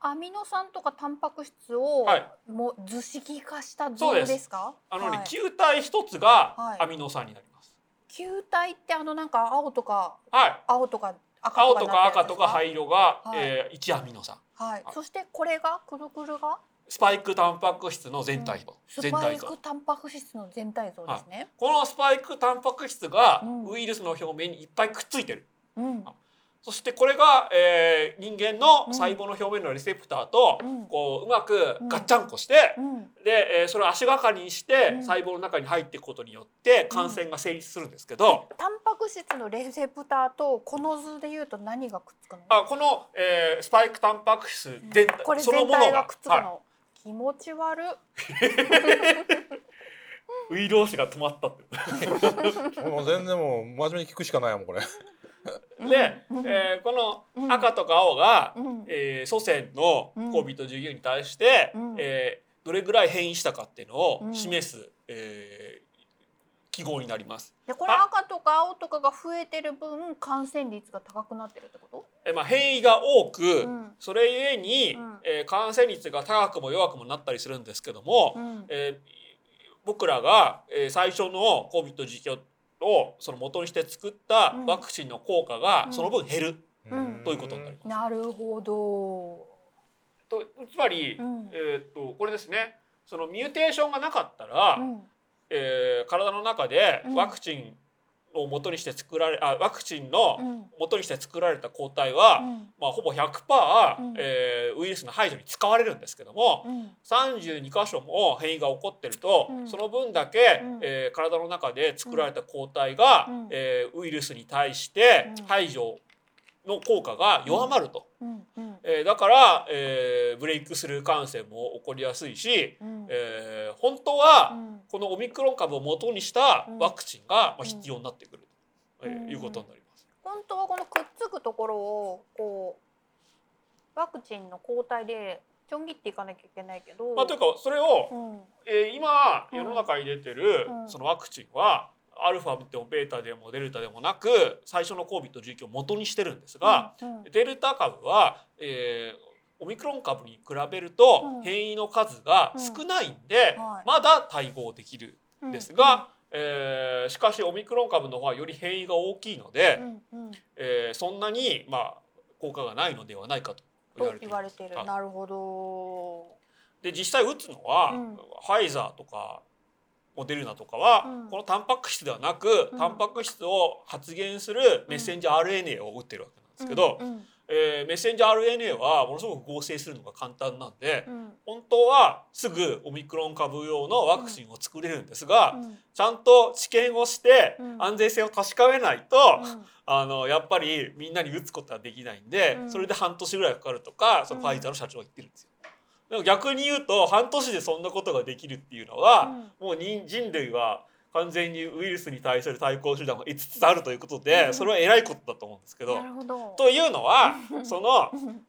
アミノ酸とかタンパク質を
はい
もう図式化した図
そうです
ですか？
あのね、
はい
球体一つが
はい
アミノ酸になります。
球体ってあのなんか青とか
はい。
青とか赤
青
と
と
か
か
赤
赤とか灰色が、
はい
えー、1アミノ酸。
はい。
そしてこれがくるくるが
スパイクタンパク質の全体像。
ス
全
パイ
体
ク
像。
タンパク質の全体像ですね。
このスパイクタンパク質が
うん
ウイルスの表面にいっぱいくっついてる。
うん
そしてこれが、えー、人間の細胞の表面のレセプターと、
うん
こううまくガッチャンコして、
うん
で、えーそれを足がかりにして、
うん
細胞の中に入っていくことによって感染が成立するんですけど、
タンパク質のレセプターとこの図で言うと何がくっつくの？
あこの、えースパイクタンパク質全体、
これ
その
全
もの
体
が
がくっつく
は
の。気持ち悪。
い、ウイロースが止まったって
もう全然もう真面目に聞くしかないもんこれ。
で、
うん
えーこ
うん
の赤とか青が、
うん
えー祖先の
うん
COVID-19 に対して、
うん
えーどれぐらい変異したかっていうのを
うん
示す、えー記号になります。
でこれ赤とか青とかが増えてる分感染率が高くなってるってこと？
えーまあ、変異が多く、
うん
それゆえに、
うん
えー感染率が高くも弱くもなったりするんですけども、
うん
えー僕らが、えー最初の COVID-19 をその元にして作った
うん
ワクチンの効果が
うん
その分減る
うん
ということになります。
なるほど。
とつまり、
うん
えーっとこれですねそのミューテーションがなかったら、
うん
えー体の中で
うん
ワクチンを元にして作られあワクチンの
うん
元にして作られた抗体は、
うん
まあ、ほぼ100%、
うん
えーウイルスの排除に使われるんですけども、
うん
32箇所も変異が起こってると、
うん
その分だけ、
うん
えー体の中で作られた抗体が、
うん
えーウイルスに対して
うん
排除の効果が弱まると。
うんうん
えーだから、えーブレイクスルー感染も起こりやすいし、
うん
えー本当は、
うん
このオミクロン株を元にしたワクチンが、まあ、必要になってくると、
うん
えーいうことになります。
本当はこのくっつくところをこうワクチンの抗体でちょん切っていかなきゃいけないけど、
まあ、というかそれを
う、ん
えー今世の中に出てる、
うん
そのワクチンはアルファでもベータでもデルタでもなく最初の COVID-19 を元にしてるんですが、
うん
デルタ株は、えーオミクロン株に比べると
うん
変異の数が少ないんで、
うんはい
まだ対応できる
うん
ですが、えーしかしオミクロン株の方はより変異が大きいので、
うんうん
えーそんなに、まあ、効果がないのではないかと言わ
と
れて
言
る
われてる
あ
なるほど
で実際打つのは、
うん
ファイザーとかモデルナとかは、
うん
このタンパク質ではなく、
うん
タンパク質を発現するメッセンジャー RNA を打ってるわけなんですけど、
うんうん
えーメッセンジャー RNA はものすごく合成するのが簡単なんで、
うん
本当はすぐオミクロン株用のワクチンを作れるんですが、
うん
ちゃんと試験をして
うん
安全性を確かめないと、
うん
あのやっぱりみんなに打つことはできないんで、
うん
それで半年ぐらいかかるとかその
うん
ファイザーの社長は言ってるんですよ。でも逆に言うと半年でそんなことができるっていうのは、もう人人類は完全にウイルスに対する対抗手段が5つあるということで、
うん
それは偉いことだと思うんですけど。
なるほど
というの
[LAUGHS]
はその
うん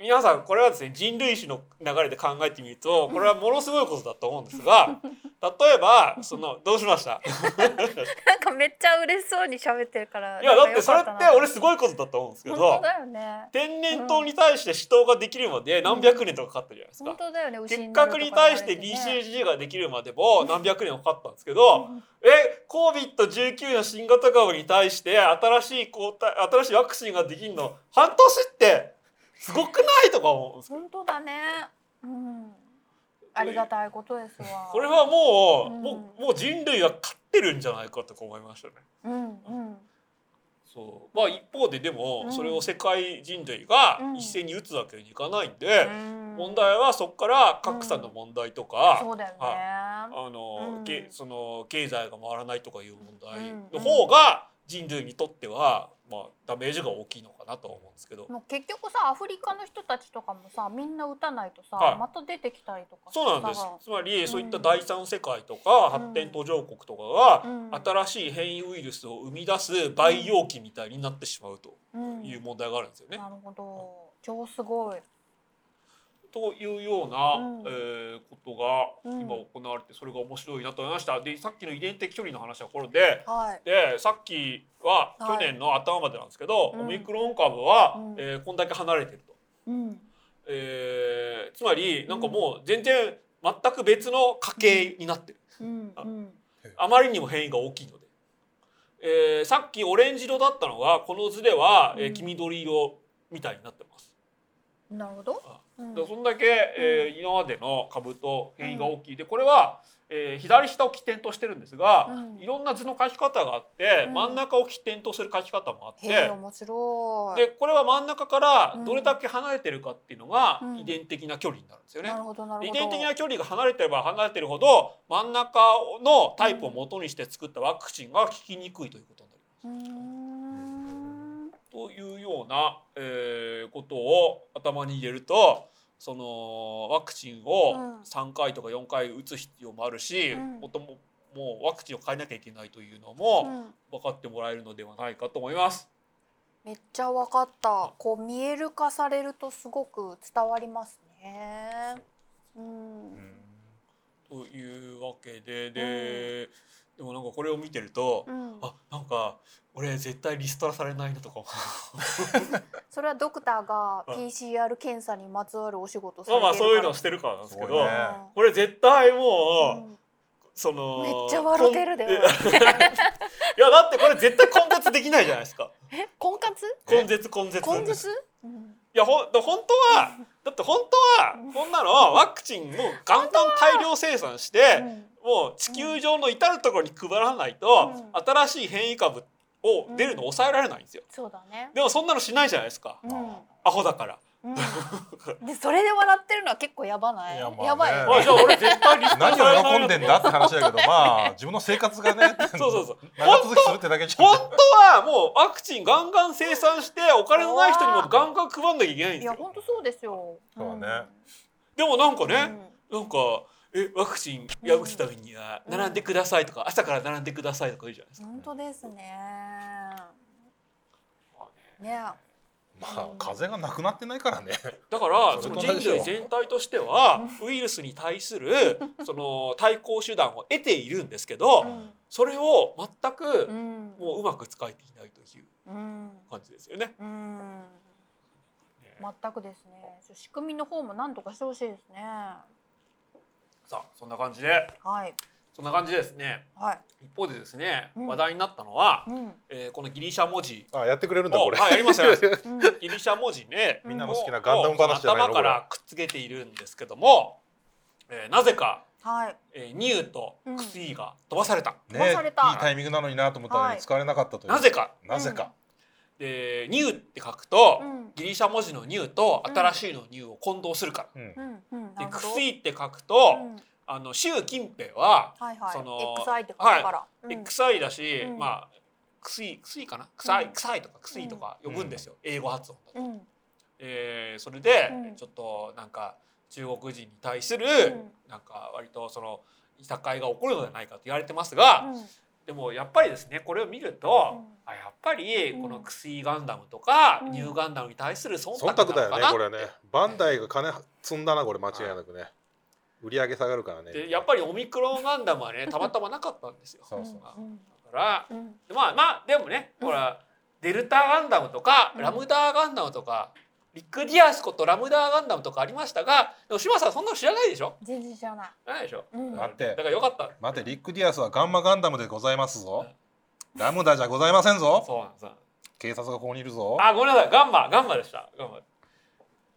皆さんこれはですね人類史の流れで考えてみるとこれはものすごいことだと思うんで
[LAUGHS]
すが例えばそのどうしました
なんかめっちゃ嬉しそうに喋ってるから
いやだってそれっ
なん
て
かよか
俺すごいことだと思うんですけ
たな
ど
本当だよね
天然痘に対して死闘ができるまで何百年とかかかったじゃないですか
本。当だよね牛
結
なる
核
とか
に
言われ
対してて
ね
BCG ができるまでも何百年もかかったんですけど、え、COVID-19 の新型株に対して新しい抗体、新しいワクチンができるの半年ってすごくないとか思うんですよ
本当だねうんありがたいことですわ
これはもう、
うん
もう、もう人類は勝ってるんじゃないかとか思いましたね。
うんうん
そう。まあ一方ででも、
うん
それを世界人類が一斉に打つわけにいかないんで、問題はそこから格差の問題とか、
そうだよ
はい
ね
あの、
うん
けその経済が回らないとかいう問題
うん
の方が人類にとっては、まあ、ダメージが大きいのかなとは思うんですけど、
もう結局さアフリカの人たちとかもさみんな打たないとさ、
はい
また出てきたりとか
そうなんです
さ
つまりそういった
うん
第三世界とか
うん
発展途上国とか
う
が、
ん
新しい変異ウイルスを生み出す培養器みたいになってしまうと
うん
いう問題があるんですよね。
なるほど超すごい
というような、
うん
えーことが
うん
今行われてそれが面白いなと思いました。でさっきの遺伝的距離の話はこれで
はい
でさっき
は
は去
い
年の頭までなんですけど、
うん
オミクロン株は、
うん
えーこんだけ離れてると、
うん
えーつまりなんかもう全然全く別の家系になってる、
うんうん
あまりにも変異が大きいので、えーさっきオレンジ色だったのがこの図では、えー
うん
黄緑色みたいになってます、
なるほど
あ
うん
だからそんだけ、えー今までの株と変異が大きいでこれは、えー左下を起点としてるんですが、
うん
いろんな図の書き方があって、
うん
真ん中を起点とする書き方もあって、
へえ面白い
でこれは真ん中からどれだけ離れてるかっていうのが
うん
遺伝的な距離になるんですよね
な。るほどなる
遺
ほど
伝的な距離が離れてれば離れてるほど真ん中のタイプを元にして作ったワクチンが効きにくいということになる。
うーん
というような、えーことを頭に入れるとそのワクチンを
うん
3回とか4回打つ必要もあるし、
うん
もっとももうワクチンを変えなきゃいけないというのも
うん
分かってもらえるのではないかと思います。
めっちゃわかったこう見える化されるとすごく伝わりますねうん
というわけでで、でもなんかこれを見てると、
うん
あなんか俺絶対リストラされないなとか
それはドクターが
うん
PCR 検査にまつわるお仕事をさ
ま
れ
あ
てる
まあそういうのを
か
してるからなんですけ
すごいね
ど
ら
これ絶対
う
もう、
ん
その
めっちゃ笑ってるで
こんいやだってこれ絶対根絶できないじゃないです [LAUGHS] か
え [LAUGHS] 婚活
根絶根絶
婚活うん
いやほんだ本当はだって本当はこんなのワクチンもうガンガン大量生産して、
うん
もう地球上の至る所に配らないと、
う
新しい変異株を出るのを抑えられないんですよ。
そうだね
でもそんなのしないじゃないですか。
う
アホだから。
ん
[LAUGHS]
うんでそれで笑ってるのは結構やばない
いやまあね
やばいよ
まあ
ね
じゃあ俺絶対リストラ
何
されない
を喜んでんだって話だけど、まあ自分の生活がね、
[LAUGHS] そうそうそう。
長続きするってだけじゃ
本
ん。
当はもうワクチンガンガン生産してお金のない人にもガンガン配んなきゃいけないんで
い
す
や
よ。
本当そうですよ
そうだね
でもなんか
うん
ね、なんかえワクチンや打つためには
うん
並んでくださいとか、朝から並んでくださいとか言うじゃないです
う
か。
ん本当ですねね
まあ風邪がなくなってないからね。
だから
そ
そ
れ
の
と
人
同じよ
類全体としてはウイルスに対
[LAUGHS]
するその対抗手段を得ているんですけど、
うん
それを全
う
く
ん
もううまく使えていないという
うん
感じですよね。
うん全くですねちょ仕組みの方もなんとかしてほしいですね
さあそんな感じで
はい
そんな感じでですね
はい。
一方でですね、
うん
話題になったのは、
うん。
えーこのギリシャ文字
あやってくれるんだ
を
これ
はいやりますよやります
うん
ギリシャ文字ね
みんなの好きなガンダム話じゃないの
頭
こ
か
れ
らくっつけているんですけども、えーなぜか、
はい。
えーニューとクスイーが飛ばされた、
ね
飛ばされた
いいタイミングなのになと思ったの
は
に
い
使われなかったという
なぜか
なぜか
でニューって書くと、
うん。
ギリシャ文字のニューと新しいのニューを混同するか
うん
うん。うん。な
ら、
る
でク
ほど
スイーって書くと、
うん
あの習近平は
はいはい。
その
XI って書くから。うん
XI だし、
うん
まあクスイクスイかな臭い、
うん
臭いとかクスイとか呼ぶんですよ、英語発音だと、
うん。
えーそれで、
うん
ちょっとなんか中国人に対する、
ん
なんか割とその戦いが起こるのではないかと言われてますが、でもやっぱりですねこれを見ると、
うん
あやっぱり
うん
このクスイガンダムとか、
うん
ニューガンダムに対する忖
忖
度
度だ
な
よ
のか
ね
な
これはねバンダイが金積んだなこれ間違いなくね売り上げ下がるからね
でやっぱりオミクロンガンダムはねたまたまなかったんですよ。
そうそう
うん。
だから
うん。
まあまあでもねほら、デルタガンダムとか
うん
ラムダガンダムとか、リック・ディアスことラムダガンダムとかありましたがでも島さんそんなの知らないでしょ
全然知らない。
知らないでしょ、
うん
待って
だからよかった
待ってリック・ディアスはガンマガンダムでございますぞラムダじゃございませんぞ
[LAUGHS] そうなんですよ
警察がここにいるぞ
あごめんなさいガンマガンマでしたガンマ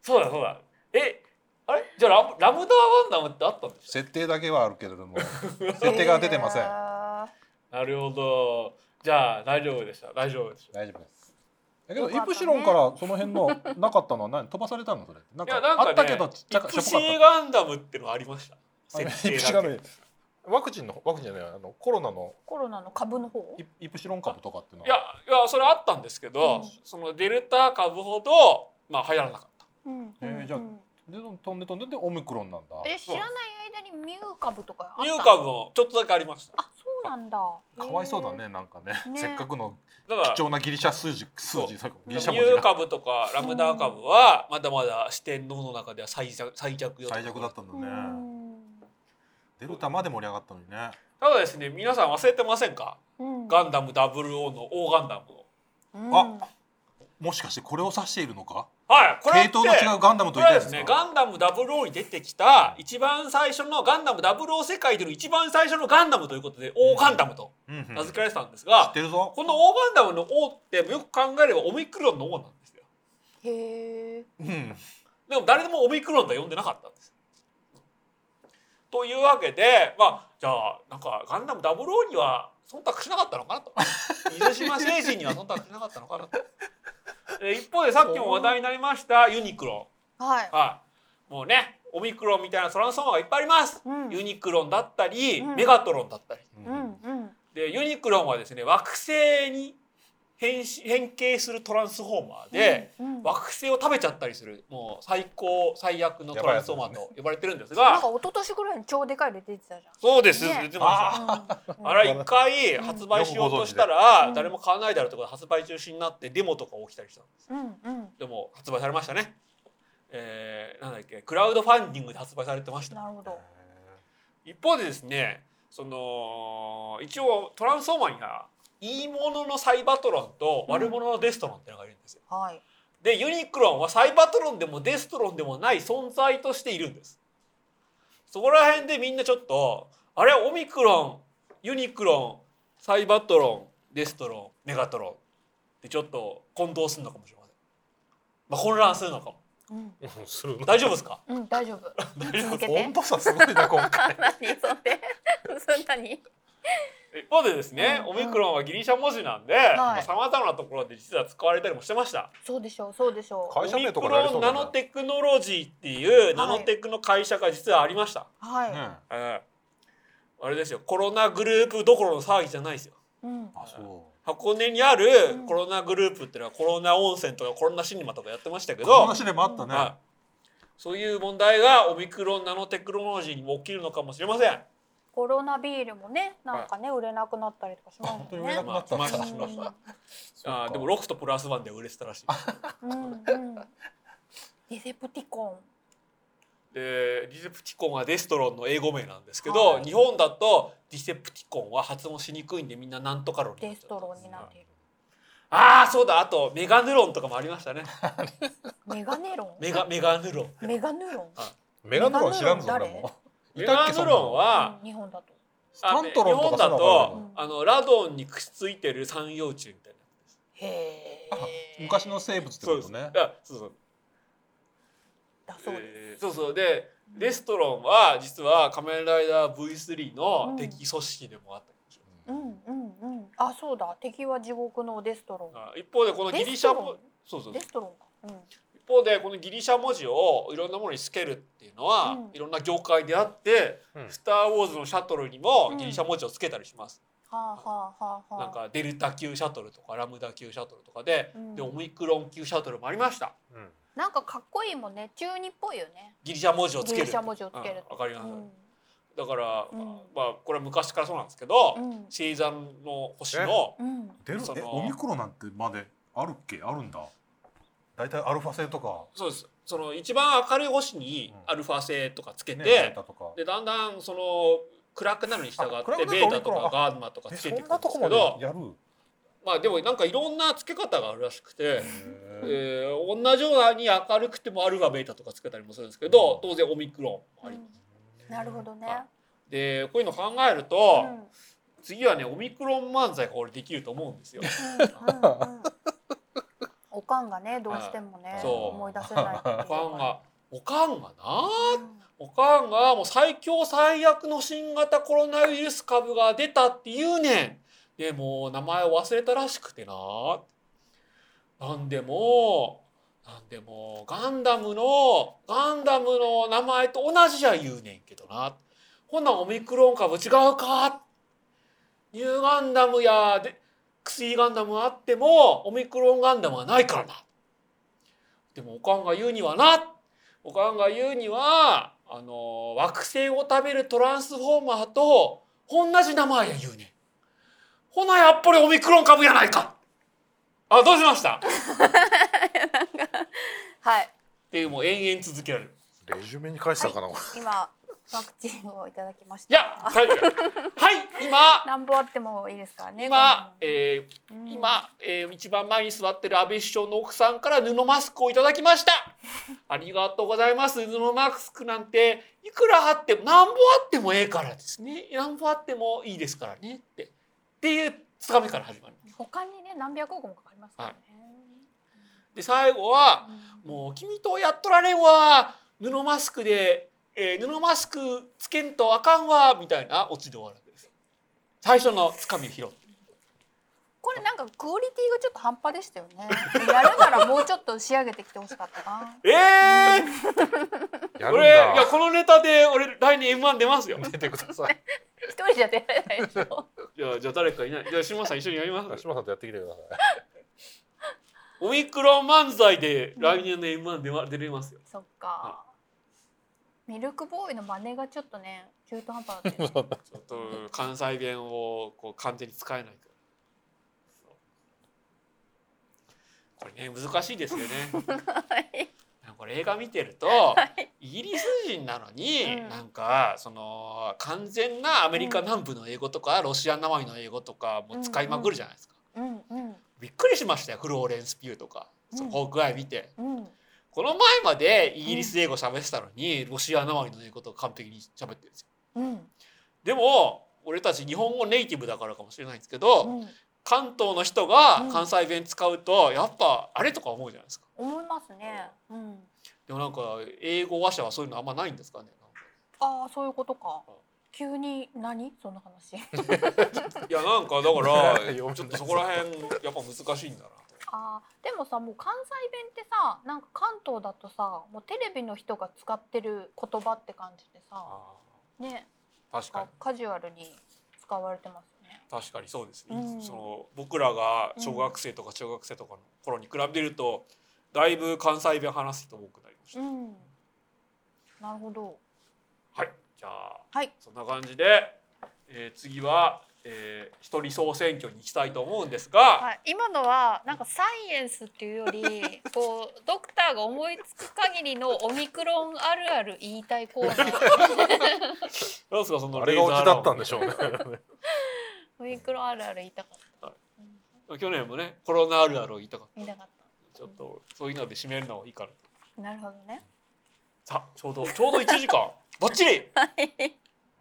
そうだそうだえあれじゃあラムラムダガンダムってあったんです
設定だけはあるけれ
[LAUGHS]
ども設定が出てません
へー
なるほどじゃあ大丈夫でした大丈夫でした
大丈夫ですだけど、
よ
イ
かったね
プシロンからその辺のなかったのは何飛ばされたのそれなんか
いやなんかね
あったけどちっちゃ
イ
かしょ
プ
ぼ
シ
かっ
ーガンダムっていうのがありました
た
設定
イプシ
だ
ロ
け
ンワクチンのワクチンじゃないあのコロナの
コロナの株の方
イイプシロン株とかっていうの
いやいやそれあったんですけど、
うん
そのデルタ株ほどまあ流行らなかった
うん
えーじゃあで飛んで飛んででオミクロンなんだ
え知らない間にミュー株とかあった
ニ
の
ュー株もちょっとだけありました
あそうなんだ
かわいそうだねなんかね
ね
せっかくの
だから
貴重なギリシャ数字
そ
数字
う
ギ
ニ
リシャ
ュ
文字
ー
が
株とかラムダ株はまだまだ四天王の中では最弱最弱よ
最弱だったん
う
だね
ん
デルタまで盛り上がったのにね
ただですね皆さん忘れてませんか
うん
ガンダム00の大ガンダムを
うん
あもしかしてこれを指しているのか
はいこれっ
系
て
統の違うガンダムと
こ
言いたん
れはいで
ですす
ね
か
ガンダム00に出てきた一番最初のガンダム00世界での一番最初のガンダムということで大ガンダムと
うんうん
名
知
付
っ
けられてたんですが、
てるぞ
この大ガンダムの王ってよく考えればオミクロンの王なんですよ
へえ
うん
でも誰でもオミクロンとは呼んでなかったんですというわけでまあじゃあなんかガンダムダブルオには忖度しなかったのか
[LAUGHS]
なと水島星人には忖度しなかったのかなとえ一方でさっきも話題になりましたユニクロ
はい
はいもうねオミクロンみたいなトランスフォーマーがいっぱいあります、
うん
ユニクロンだったり、
うん
メガトロンだったり
うんうん
でユニクロンはですね惑星に変身変形するトランスフォーマーで、
うんうん
惑星を食べちゃったりするもう最高最悪のトランスフォーマーと呼ばれてるんです
なん
が
か一昨年ぐらいに超でかいの出てたじ
そうです、
ね
出てま
ゃ
し
んうん
たあれ一回発売しようとした
う
ら
ん
誰も買わないだろうとか発売中止になってデモとか起きたりしたんです
うんうん
でも発売されましたねえー、なんだっけクラウドファンディングで発売されてました
なるほど
一方でですねその一応トランスフォーマーにはいいもののサイバトロンと悪者のデストロンっていうのがいるんですよ、
はい
でユニクロンはサイバトロンでもデストロンでもない存在としているんですそこら辺でみんなちょっとあれオミクロンユニクロンサイバトロンデストロンメガトロンってちょっと混同するのかもしれません、まあ、混乱するのかも
うん
うんするな
大丈夫で
[LAUGHS]
すか
うん大丈夫
大丈夫
続けて
温度差すごいな今回
何そんでそんなに
一方でですね、
うん
オミクロンはギリシャ文字なんで
い
さまざ、まなところで実は使われたりもしてました。
そうでしょうそうでしょ
会社名とか
オ
にな
ミ
り
クロ
そ
ン
うだ
ナノ
ね
テクノロジーっていうナノテクの会社が実はありました。
うは
ね
ええあれですよコロナグループどころの騒ぎじゃないですよ。
いうん
あそう
箱根にある
うん
コロナグループっていうのはコロナ温泉とかコロナシネマとかやってました
こ
け
ん
ど
な、シネもあったね
はいそういう問題がオミクロンナノテクノロジーにも起きるのかもしれません。
コロナビールもねなんかね売れなくなったりとかしま
本
す
当に
よ
売れな
ね
くなったんだ
まあまあ
そ
ま
うか
ああーでもロクとプラスワンで売れてたらしい。
うんうんディセプティコン
でディセプティコンはデストロンの英語名なんですけど、
はい
日本だとディセプティコンは発音しにくいんでみんななんとかロンにな
デ
っちゃ
ス
う
トロンになっている
ああそうだあとメガヌロンとかもありましたね
メガネロン
メガメガヌロン
メガヌロン
メガドロン知らんぞ俺も
メガヌロンは
うん日本だと
スタントロンとかそう
あ日本だ
な
と、
の
ん
あのラドンにくっついてる三葉虫みたい
へ
な
え。
昔の生物って
そ
こ
うで
と
す
ね。
あそうそう
だそうです。
えーそうそうでレストロンは実は「仮面ライダー V3」の敵組織でもあったりします
うんうんうん。あ、そうだ。敵は地獄のデストロ
あ一方でこの
ン。
ギ
デ
リ
ス
シャ
トロ
も
ン。
そうそう
デストロンか。
一方でこのギリシャ文字をいろんなものにつけるっていうのは、
うん
いろんな業界であって「
うん
スター・ウォーズ」のシャトルにもギリシャ文字をつけたりします。
うん。はあはあはあはあ。
なんかデルタ級シャトルとかラムダ級シャトルとかで,、
うん
でオミクロン級シャトルもありました
うん
なんかかっこいいもんね中二っぽいよね
ギリシャ文字をつけ
ギ
る
リシャ文字をつける
うん。わかります、
うん
だから、
うん
まあこれは昔からそうなんですけど、
うん
星座の星の
うん。
出る
その
えオミクロンなんてまであるっけあるんだ。大体アルファ性とか
そうですその一番明るい星に
うん
アルファ星とかつけて、
ねデータとか。
でだんだんその暗くなるに従
あ
っ
暗
て
くなると
ベータと
オミクロン
か
あ
ガーマとか
え
つ
そ
けて
ん
くる
なん
で
と
す
こま
けど
でやる。
まあでもなんかいろんなつけ方があるらしくて、
へー
えー同じように明るくてもアルファベータとかつけたりもするんですけど当然オミクロンもあります。
なるほどね。
はいでこういうの考えると、
うん
次はねオミクロン漫才が俺できると思うんですよ。
うん
[LAUGHS]
うんうんおかんがねどうしてもね
そう
思い出せないっていう
おかんがおかんがな
うん
おかんがもう最強最悪の新型コロナウイルス株が出たって言うねん。でもう名前を忘れたらしくてな。なんでも、なんでもガンダムの、ガンダムの名前と同じじゃ言うねんけどな。ほなオミクロン株違うか。ニューガンダムやで薬ガンダムあってもオミクロンガンダムはないからな。でもおかんが言うにはな。おかんが言うにはあの惑星を食べるトランスフォーマーと同じ名前や言うねんほなやっぱりオミクロン株やないかあどうしましたっ
はい
ていうもう延々続けられる
レジュメに返したかな、これ
今ワクチンをいただきまし
いや
た
はいはい今
なんぼあってもいいですからね
今、え
こんなのう
ー
ん
今、えー一番前に座ってる安倍首相の奥さんから布マスクをいただきましたありがとうございます布マスクなんていくらあってもなんぼあってもええからですねなんぼあってもいいですからねってっていうつかみから始まる
他にね何百億もかかりますからね
で最後は
うん
もう君とやっとられんわ布マスクで、えー布マスクつけんとあかんわみたいなオチで終わるんです最初のつかみを拾って
これなんかクオリティがちょっと半端でしたよね [LAUGHS] やるならもうちょっと仕上げてきてほしかったな
ええー
やるん
俺いや
だ
このネタで俺来年 M1 出ますよ。
出てください
一人じゃ出られないでし
[LAUGHS]
ょ
じゃあじゃあ誰かいない。じゃあ島さん一緒にやります。
島さんとやってきてください
オミクロン漫才で来年の M1 出ま出れますよ。
そっかミルクボーイの真似がちょっとね中途半端だったよね
[LAUGHS] ちょっと関西弁をこう完全に使えないから。そうこれね難しいですよね。 [LAUGHS] なんかこれ映画見てると、イギリス人なのに、
うん
なんかその完全なアメリカ南部の英語とか、ロシアなまりの英語とかも使いまくるじゃないですか。
[LAUGHS] うんうん
びっくりしましたよフローレンス・ピューとか、そう
うん
ホークアイ見て
うん
この前までイギリス英語喋ってたのに、ロシアなまりの英語と完璧に喋ってるんですよ
うん
でも俺たち日本語ネイティブだからかもしれないんですけど、
うん
関東の人
う
が
ん
関西弁使うとやっぱあれとか思うじゃないですか
思いますね。うん。
でもなんか英語話者はそういうのあんまないんですかね
ああそういうことか
うん。
急に何そんな話。
いやなんかだ [LAUGHS] か
読めな
ら
い
ちょっとそこら辺やっぱ難しいんだな
ああでもさもう関西弁ってさなんか関東だとさもうテレビの人が使ってる言葉って感じでさ
あ
ね
ー確か
か
に
カジュアルに使われてますね。
確かにそうですね、
うん
その僕らが小学生とか中学生とかの頃に比べるとだいぶ関西弁話す人多くなりました、
うん。なるほど。
はいじゃあ
はい。
そんな感じで、えー次は、えー一人総選挙に行きたいと思うんですが、
はい、今のはなんかサイエンスっていうよ
[LAUGHS]
りこうドクターが思いつく限りのオミクロンあるある言いたいコーナ
[LAUGHS]
ー
どうですかその
あ
レ
れ
イ
がオ
ザー
チ
ラ
だ
ウン
ったんでしょ
[LAUGHS]
うね
オミクロンあるある言いたかっ
ド去年もねコロナあるあるを言いたかった
言いたかっ
た
た
ちょっとそういうので締めるのはいいかな
なるほど
[LAUGHS]
ね。
[LAUGHS]
[LAUGHS]
さあちょうどちょうど1時間バッチリバ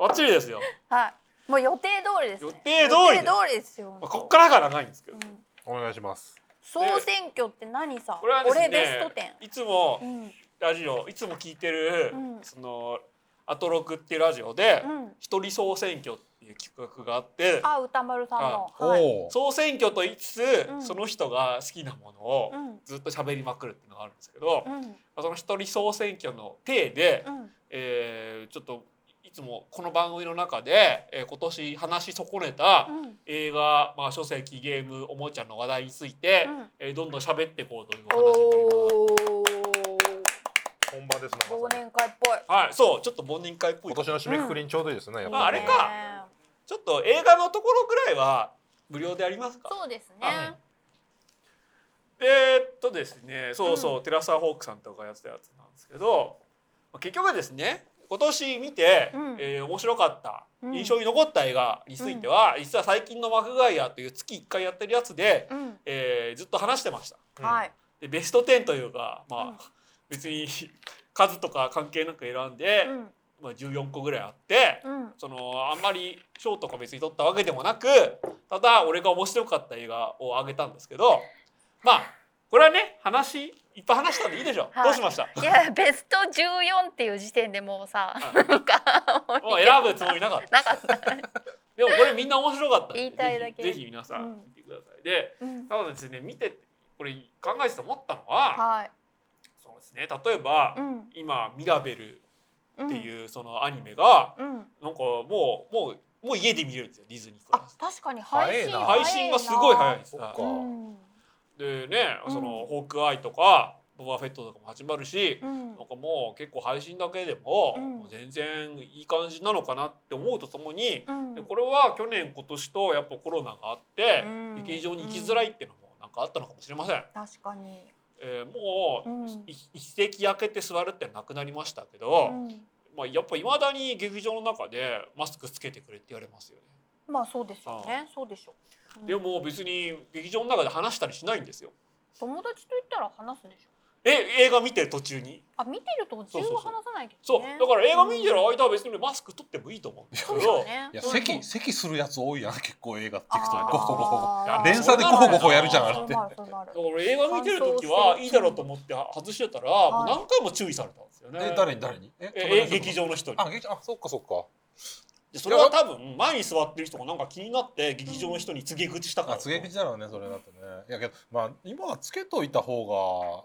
ッチリですよ
はい。もう予定通りです、ね。
予定通り
予定通りですよ。
まあ、こっからが長いんですけ
う
ど、
ん
お願いします。
総選挙って何さ、
これはですね
俺ベスト10。
いつも
うん
ラジオいつも聞いてる、
うん
そのアトロクっていうラジオで、
うん。
一人総選挙っていう企画があって
あ、歌丸さんの。
お
はい。
お。
総選挙と言いつつ、
うん
その人が好きなものを
うん。
ずっと喋りまくるっていうのがあるんですけど、
うん。
その一人総選挙の体で、
うん。
えーちょっといつもこの番組の中で、えー今年話し損ねた
うん。
映画、まあ、書籍ゲームおもちゃの話題について、
うん
えーどんどん喋っていこうというお話になります。
おお。
本番ですね。
忘年会っぽい。
はい、そうちょっと忘年会っぽい
今年の締めくくりにちょうどいいですね。やっぱ
まああれか
ね
ちょっと映画のところぐらいは無料でありますか
そうです
あ
ね。
えーっとですねそうそう、テラサホークさんとかやってたやつなんですけどまあ結局ですね今年見て、
うん
えー面白かった
うん
印象に残った映画については、実は最近の「マクガイア」という月1回やってるやつで、
うん。
えーずっと話してました。
うん
はい。
でベスト10というか、まあ
うん
別に数とか関係なく選んで、
うん。
まあ、14個ぐらいあって、
うん。
そのあんまり賞とか別に取ったわけでもなくただ俺が面白かった映画をあげたんですけどまあこれはね話いっぱい話したんでいいでしょう、
はい
どうしました
いやベスト14っていう時点でもうさ、なんかもう
もう選ぶつもり
[LAUGHS]
なかった
なかった。
でもこれみんな面白かったんで
言いたいだけ
ぜひぜひ皆さ
うん
ん見てください、で
うん。
ただですね見てこれ考えてて思ったのは
はい。
そうですね例えば、
うん。
今「ミラベル」
うん
っていうそのアニメが、
うん。
なんかもうもうもう家で見れるんですよディズニープ
あ
ラス、
確かに配
早
信
いな
配信がすごい早いです
そっか
うん。
でね、
うん
そのホークアイとかボバフェットとかも始まるし、
うん
なんかもう結構配信だけでも,、
うん
もう全然いい感じなのかなって思うとともに、
うん
でこれは去年今年とやっぱコロナがあって、
うん
劇場に行きづらいっていうのもなんかあったのかもしれません。
確かに。
えーも
う
う、
ん
い一席空けて座るってなくなりましたけ
う
ど、
ん。
まあ、やっぱいまだに劇場の中でマスクつけてくれって言われますよね。
まあそうですよね。そうでしょう。うん
でも別に劇場の中で話したりしないんですよ。
友達と言ったら話すでしょ。
え映画見てる途中に
あ見てると中は話さないけ
そ
ど
う、
ね。
だから映画見てる間は別にマスク取ってもいいと思うんですけ
そう
ど。
だよね。
いや
うん
席席するやつ多いやん結構映画っていくと
あー
ゴホゴホゴ。
あー
連鎖でゴホゴホやるじゃんあれ
そ
っ
う
て。
なるそうなる
だから俺映画見てる時はいいだろうと思って外してたら、もう何回も注意されたんです
[LAUGHS]
よね。
え誰に誰に？え
ええ劇。場の人に
あ劇場あそっかそっか。
でそれは多分前に座ってる人がなんか気になって劇場の人に告げ口したから
あ告げ口だろうねそれだとね。いやけどまあ今はつけといた方が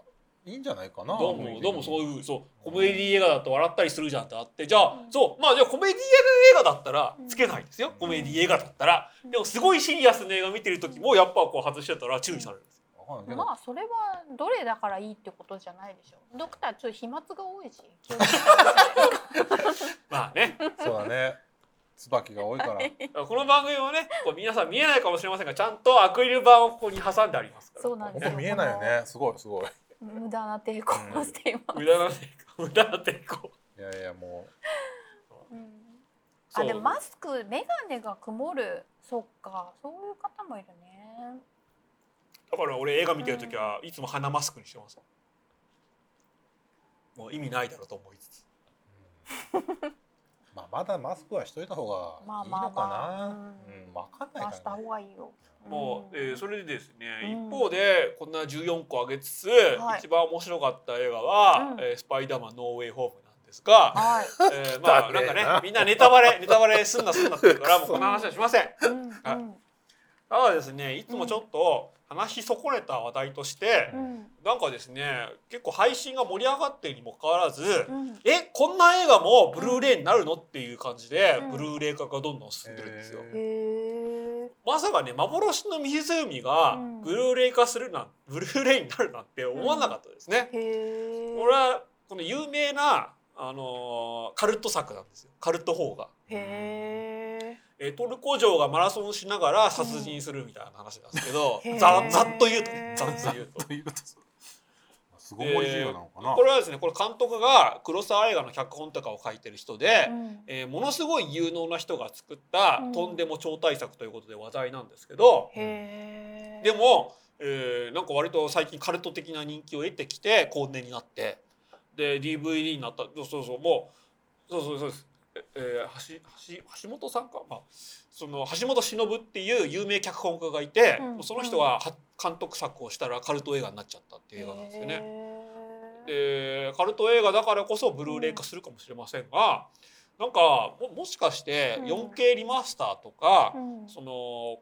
いいんじゃないかな。
どうもどうもそう
う。
いうそうコメディ映画だと笑ったりするじゃんってあってじゃあそうまあじゃあコメディ映画だったらつけないですよ、
うん
コメディ映画だったらでもすごいシリアスな映画見てる時もやっぱこう外してたら注意されるんですよ
わかんないけど
まあそれはどれだからいいってことじゃないでしょドクターちょっと飛沫が多いし気をつけて
まあね
そうだね。椿が多いから。
この番組もねこう皆さん見えないかもしれませんがちゃんとアクリル板をここに挟んでありますから
そうなん
ほ
で
ん
す
ま
よ
見えないよね。すごいすごい。
この無駄な抵抗をしています、
無駄な抵抗無駄な抵抗
いやいやも
うん
そ
あ
う
でもマスク眼鏡が曇るそっかそういう方もいるね
だから俺映画見てる時はいつも鼻マスクにしてますもう意味ないだろうと思いつつ
う。まあまだマスクはしといた方
まあ
がいい
ま
の
あまあ
かな。
うん
うんわかんない
出し
か
た
らね。
方がいいよ
もう、
うん
えーそれでですね、
うん
一方でこんな14個上げつつ、
はい
一番面白かった映画は、
うん
えースパイダーマンノーウェイホームなんですが、 [LAUGHS]
はい、
えーまあなんかねみんなネタバレネタバレすんなすんなって言うからもうこんな話はしません。
う
あ
ん
ただですねいつもちょっと話し損ねた話題として、
うん
なんかですね結構配信が盛り上がってるにもかかわらず、
うん
えこんな映画もブルーレイになるのっていう感じで、
うん
ブルーレイ化がどんどん進んでるんですよ。
へえ
まさかね幻の湖が
うん
ブルーレイ化するなんブルーレイになるなんて思わなかったですね。
へえ
これはこの有名なあのーカルト作なんですよカルト法が。
へ
えートルコ城がマラソンしながら殺人するみたいな話なんですけど、
うんへー
ざざっと言うとねざっと言うと。
というと。すごい重要なのかな。
これはですねこれ監督が黒沢映画の脚本とかを書いてる人
え
で、
うん
えーものすごい有能な人が作った
うん
とんでも超大作ということで話題なんですけど、
へえ
でも、えーなんか割と最近カルト的な人気を得てきて後年になってで DVD になったそうそうそうもうそうそうそうですえー、橋橋橋本さんか、まあ、その橋本忍っていう有名脚本家がいて、
うん
その人がは監督作をしたらカルト映画になっちゃったっていう映画なんですよね。でカルト映画だからこそブルーレイ化するかもしれませんが、なんかももしかして
うん
4K リマスターとか、
うん
その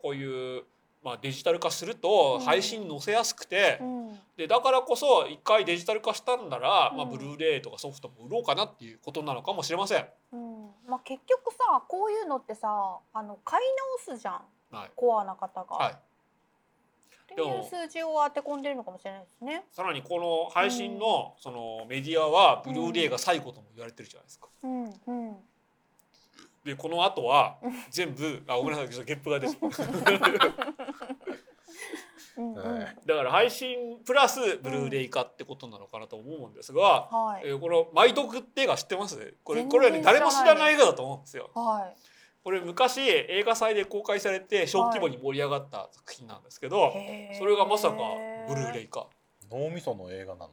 こういう、まあ、デジタル化すると
うん
配信に載せやすくて、
うん
でだからこそ一回デジタル化したんなら、まあ、
うん
ブルーレイとかソフトも売ろうかなっていうことなのかもしれません。
うんまあ結局さこういうのってさあの買い直すじゃん
はい
コアな方が、
はい
っていう数字を当て込んでるのかもしれないですね。
さらにこの配信のそのメディアはブルーレイが最後とも言われてるじゃないですか。
うんうん
でこの後は全部あごめんなさいちょっとゲップが出てきた
うんうん
はい
だから配信プラスブルーレイ化ってことなのかなと思うんですが、
はい
えーこのマイドクって映画知ってますこれ
全然
これはね
知らな
誰
い
も知らない映画だと思うんですよ。
は
これ昔映画祭で公開されて小規模に盛り上がった作品なんですけど、
いへー。
それがまさかブルーレイ化。
脳みその映画なの？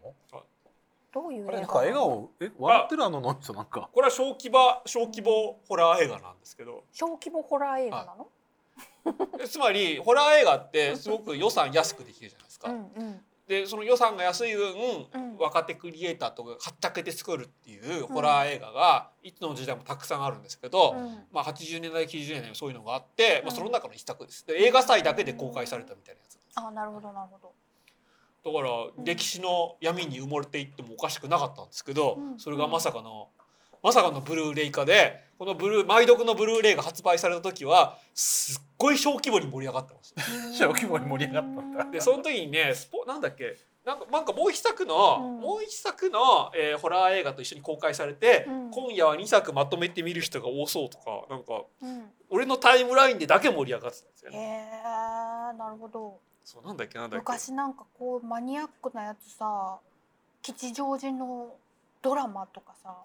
どういう
あれ
映
なん
画
か笑顔え笑ってるあの脳みそなんか。
これは小規模小規模ホラー映画なんですけど
小規模ホラー映画なの？
えつまりホラー映画ってすごく予算安くできるじゃないですか。
うんうん
でその予算が安い分、
うん
若手クリエイターとかがはったけて作るっていうホラー映画がいつの時代もたくさんあるんですけど、
うん
まあ、80年代90年代もそういうのがあって、ま
う
あ、
ん
その中の一作ですで映画祭だけで公開されたみたいなやつ
あなるほどなるほど。
だから
ん
歴史の闇に埋もれていってもおかしくなかったんですけど、
うん
それがまさかのまさかのブルーレイ化でこのブルー毎読のブルーレイが発売された時はすっごい小規模に盛り上がってました。
[LAUGHS] 小規模に盛り上がったんだ
でその時にねスポなんだっけなんかなんかもう一作の、
うん
もう一作の、えーホラー映画と一緒に公開されて、
うん
今夜は2作まとめて見る人が多そうとかなんか
うん
俺のタイムラインでだけ盛り上がってたんですよ
へ
ね。
えなるほど。
そうなんだっけなんだっけ
昔なんかこうマニアックなやつさ吉祥寺のドラマとかさ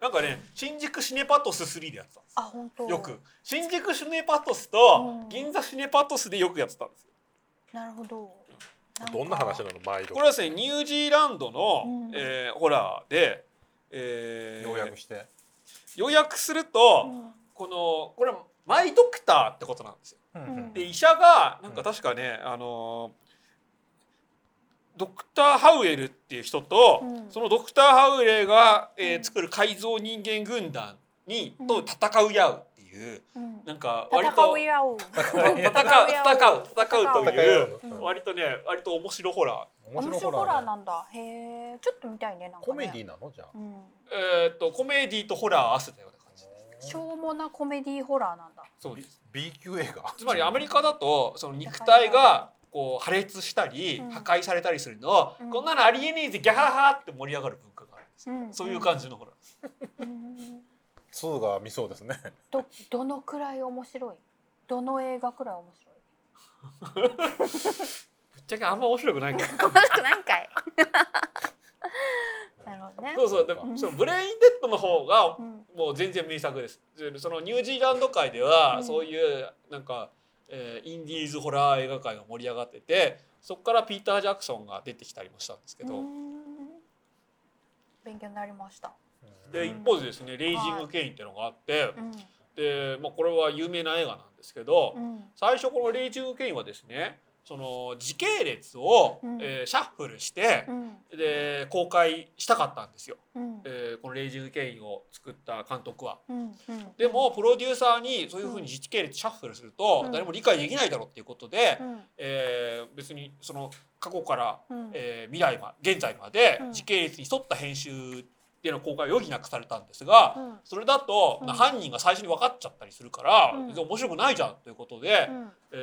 なんかね新宿シネパトス3でやってたんです
あ本当
よく新宿シネパトスと
うん
銀座シネパトスでよくやってたんですよ。
なるほどか
どんな話なの毎度。
これはですねニュージーランドの、
うん
えーホラーで、えー
要約して。
要約すると、
うん
このこれはマイドクターってことなんですよ。
うん
うん
で医者がなんか確かね、あのードクター・ハウエルっていう人と、
うん
そのドクター・ハウエルが、えー
うん
作る改造人間軍団に、
うん
と戦い合うっていう
うん
なんか割と
戦うやおう
[LAUGHS] 戦う戦う戦うという
うん
割とね割と面白ホラ
面白いホラーなんだへえちょっと見たいねなんかね
コメディなのじゃあ。
うん
ー、えーっとコメディとホラーを合わせたような感じです。
しょうもなコメディホラーなんだ
そうです
B 級映画。
つまりアメリカだとその肉体がこう破裂したり
うん
破壊されたりするのを、
うん
こんなのありえねえぜギャハハって盛り上がる文化があるんですよ、
うん
そういう感じのほら
うん
ツーが見そうですね。
どどのくらい面白いどの映画くらい面白い
ぶっちゃけあんま面白くないけど
この人
[LAUGHS]
何回
なるほどね
[LAUGHS] そうそうでもそのブレインデッドの方が
うん
もう全然名作ですでそのニュージーランド界では
うん
そういうなんか、えーインディーズホラー映画界が盛り上がっててそこからピーター・ジャクソンが出てきたりもしたんですけど、
うん勉強になりました
で一方でですね「レイジング・ケイン」っていうのがあって、
うん
で、まあ、これは有名な映画なんですけど、
うん
最初この「霊中権威」はですねその時系列を、
うん
えーシャッフルして
う、ん
で公開したかったんですよ、
うん
えーこの「霊中権威」を作った監督は。
うんうん
でもプロデューサーにそういうふうに時系列シャッフルすると
うん
誰も理解できないだろうっていうことで、
うん
えー別にその過去から、
うん
えー未来ま現在まで
うん
時系列に沿った編集での公開を余儀なくされたんですが、
うん
それだと、
うん
犯人が最初に分かっちゃったりするから、
うん
面白くないじゃんということで、
うん
え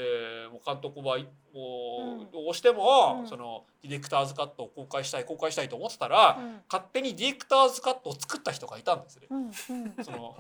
ーもう監督はいもう、
うん
どうしても、
うん
そのディレクターズカットを公開したい公開したいと思ってたら、
うん
勝手にディレクターズカットを作った人がいた
[LAUGHS]
んですね。
うんうん
その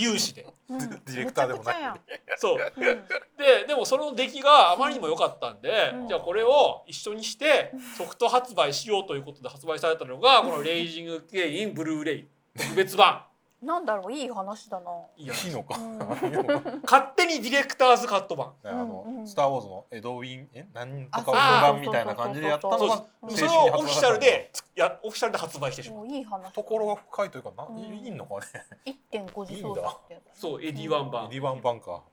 有志で
うん
ディレクターでもない
めちゃく
そう
ちゃやん
ででもその出来があまりにも良かったんで、
うん
じゃあこれを一緒にしてソフト発売しようということで発売されたのがこの「レイジング・ケイン・ブルーレイ」特別版
なんだろういい話だな。
[LAUGHS] いや
いいのか。
う
いいのか
勝手にディレクターズカット版
ねあの、
うんうん
スター・ウォーズのエドウィンえなんとか
あ
ウン
そう
版みたいな感じでやったの
そう
が
です
う
正
ん
そ
式
れ
に発
をオフ
表
ィシ
さ
ャ
れ
ル
た
でついやオフィシャルで発売してしま
も
う
ういい話。
ところが深いというかな、
うん
いいのかね
1.5次創作ってやつ。
そうエディワン版
リバン版か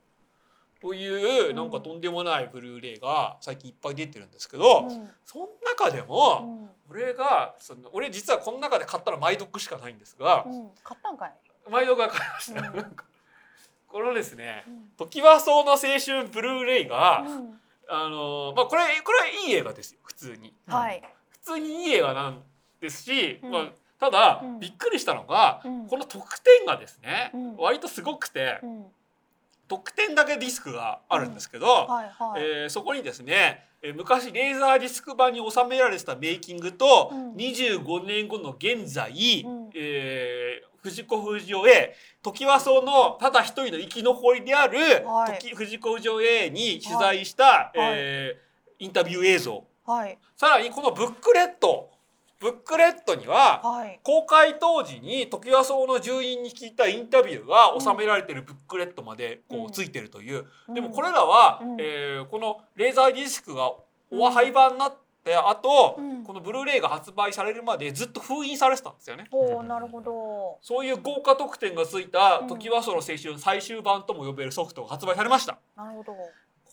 というなんかとんでもないブルーレイが最近いっぱい出てるんですけど、
うん
その中でも、
うん
俺がその俺実はこの中で買ったらマイドックしかないんですが
う、ん買ったんかい。
マイドックが買いました、
うん
このですね
うん
「時はそうの青春ブルーレイが」
うん
あのまあこれこれはいい映画ですよ普通に
はい。
普通にいい映画なんですし、
うん
まあ、ただ、
うん
びっくりしたのが、
うん
この特典がですね、
うん
割とすごくて
うん
特典だけディスクがあるんですけど、
はいはい。
えーそこにですねえー昔レーザーディスク版に収められてたメイキングと、
うん
25年後の現在、
うん
えー藤子不二雄 A 時和荘のただ一人の生き残りである、
はい
時藤子不二雄 A に取材した、
いはい
えーインタビュー映像
はい
さらにこのブックレットブックレットには
はい。
公開当時に時和荘の住人に聞いたインタビューが収められてるブックレットまでこ
う
うんついてるという、
うん
でもこれらは、
うん
えーこのレーザーディスクがオア廃盤になってあと、
うん
このブルーレイが発売されるまでずっと封印されてたんですよね。
おおなるほど。
そういう豪華特典がついた
うん
時和荘の青春最終版とも呼べるソフトが発売されました。
なるほど。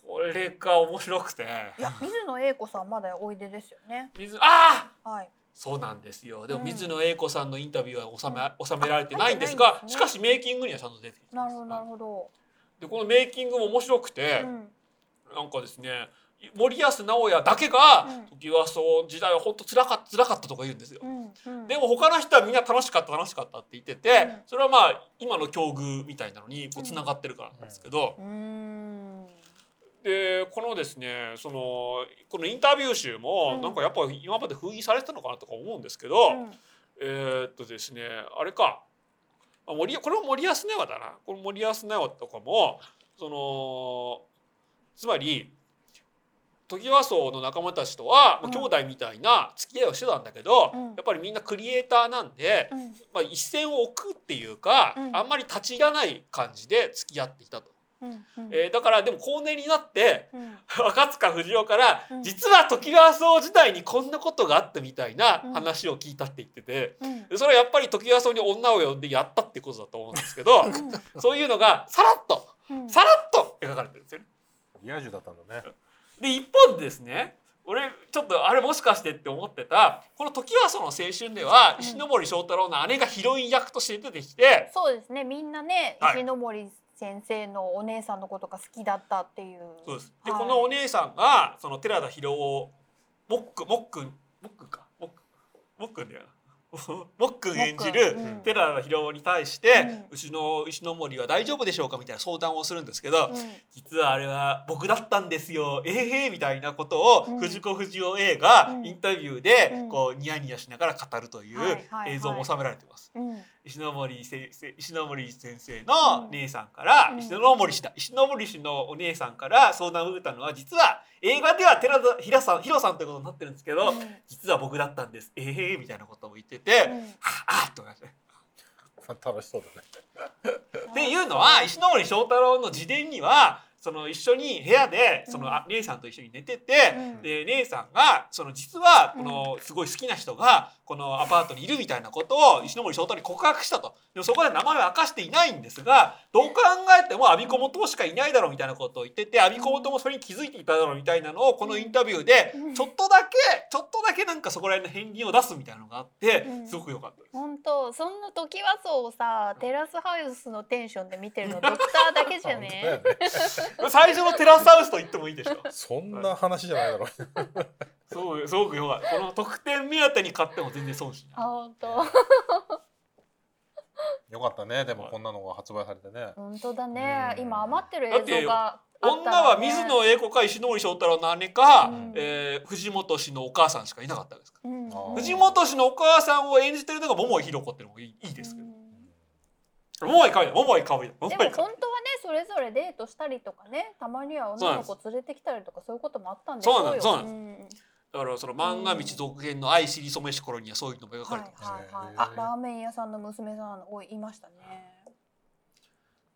これが面白くて。
いや水野英子さんまだおいでですよね。
水あー
はい。
そうなんですよ。でも
うん
水野英子さんのインタビューは収め収められて
あ
ないんですが、
入ってないんですね
しかしメイキングにはちゃんと出てきて
な
ま
る
す
ほどなるほど。
でこのメイキングも面白くて
う、ん
なんかですね森安直哉だけが
うん
時はそう時代は本当つらかつらかったとか言うんですよ。
うんうん。
でも他の人はみんな楽しかった楽しかったって言ってて、
うん
それはまあ今の境遇みたいなのにこうつながってるからなんですけど、
うーん。
でこのですねそのこのインタビュー集も
うん
なんかやっぱ今まで封印されてたのかなとか思うんですけど、
うん
えーっとですねあれかあ森これも森保奈和だなこの森保奈和とかもそのつまり時和荘の仲間たちとは、まあ
うん
兄弟みたいな付き合いをしてたんだけど、
うん
やっぱりみんなクリエイターなんで、
うん
まあ、一線を置くっていうか、
うん
あんまり立ち入らない感じで付き合っていたと。
うんうん。
えーだからでも後年になって [LAUGHS]
うん
赤塚不二夫から、
うん
実は時和荘時代にこんなことがあったみたいな話を聞いたって言ってて。
うん
でそれはやっぱり時和荘に女を呼んでやったってことだと思うんですけ [LAUGHS] どそういうのがさらっと
うん。
[LAUGHS] さらっと描かれてるんですよね。
リア充だったんだね。
で一方でですね俺ちょっとあれもしかしてって思ってたこの時和荘の青春では
うん
石ノ森章太郎の姉がヒロイン役として出てきて
そうですねみんなね
はい
石ノ森先生のお姉さんのことが好きだったっていう。
そうですで
はい
このお姉さんがその寺田博夫もっくんもっくんもっくんかもっくんもっくんだよな [LAUGHS] もっくん演じる
うん
寺田博夫に対して
うん
「うちの石ノ森は大丈夫でしょうか?」みたいな相談をするんですけど
うん
実はあれは僕だったんですよえへへみたいなことを
うん
藤子不二雄 A が
うん
インタビューで
うん
こうニヤニヤしながら語るという
はいはいはい
映像も収められています。
うん
石ノ森先生石ノ森先生の姉さんから、
うん
石ノ森氏だ石ノ森氏のお姉さんから相談を受けたのは実は映画では寺田平さんヒロさんということになってるんですけど、実は僕だったんですえへへみたいなことを言ってて、
うん
はあっと思いましたね
楽しそうだね。
っていうのは石ノ森章太郎の自伝にはその一緒に部屋でその、あ姉さんと一緒に寝てて、
うん
で姉さんがその実はこのすごい好きな人がこのアパートにいるみたいなことを石ノ森章太郎に告白したとでもそこで名前は明かしていないんですがどう考えてもアビコモトしかいないだろうみたいなことを言っててアビコモトもそれに気づいていただろうみたいなのをこのインタビューで
うん
ちょっとだけちょっとだけなんかそこら辺の片鱗を出すみたいなのがあって
うん
すごく良かったです。
本当そんな時はそうさテラスハウスのテンションで見てるのドクターだけじゃ
本当
[LAUGHS]
ね
だよね。
最初のテラスハウスと言ってもいいでしょう
そんな話じゃないだろう。
そうすごくよかったこの特典目当てに買っても全然損し
あ
ない
本当
よかったねでもこんなのが発売されてね
本当だね、
うん
今余ってる映像があった
女
ら
は
ね
水野英子か石ノ森章太郎の姉か、
うん
えー藤本氏のお母さんしかいなかったですから
う
あ
ん
ー
藤本氏のお母さんを演じてるのが桃井ひろ子っていうのもいいいいですけ
うん
ど桃井かおりだ桃井かおりだ
で
桃
も
井
本当
かお
はねそれぞれデートしたりとかねたまには女の子連れてきたりとかそういうこともあったんでし
そう
ょ
な
うん
で
よ
すそうな
うんん
だからその漫画道続編の愛知りそめし頃にはそういうのも描か
はい
れ
は
てます、
いはい
へ。ー
あ、ラーメン屋さんの娘さん、おい、いましたね。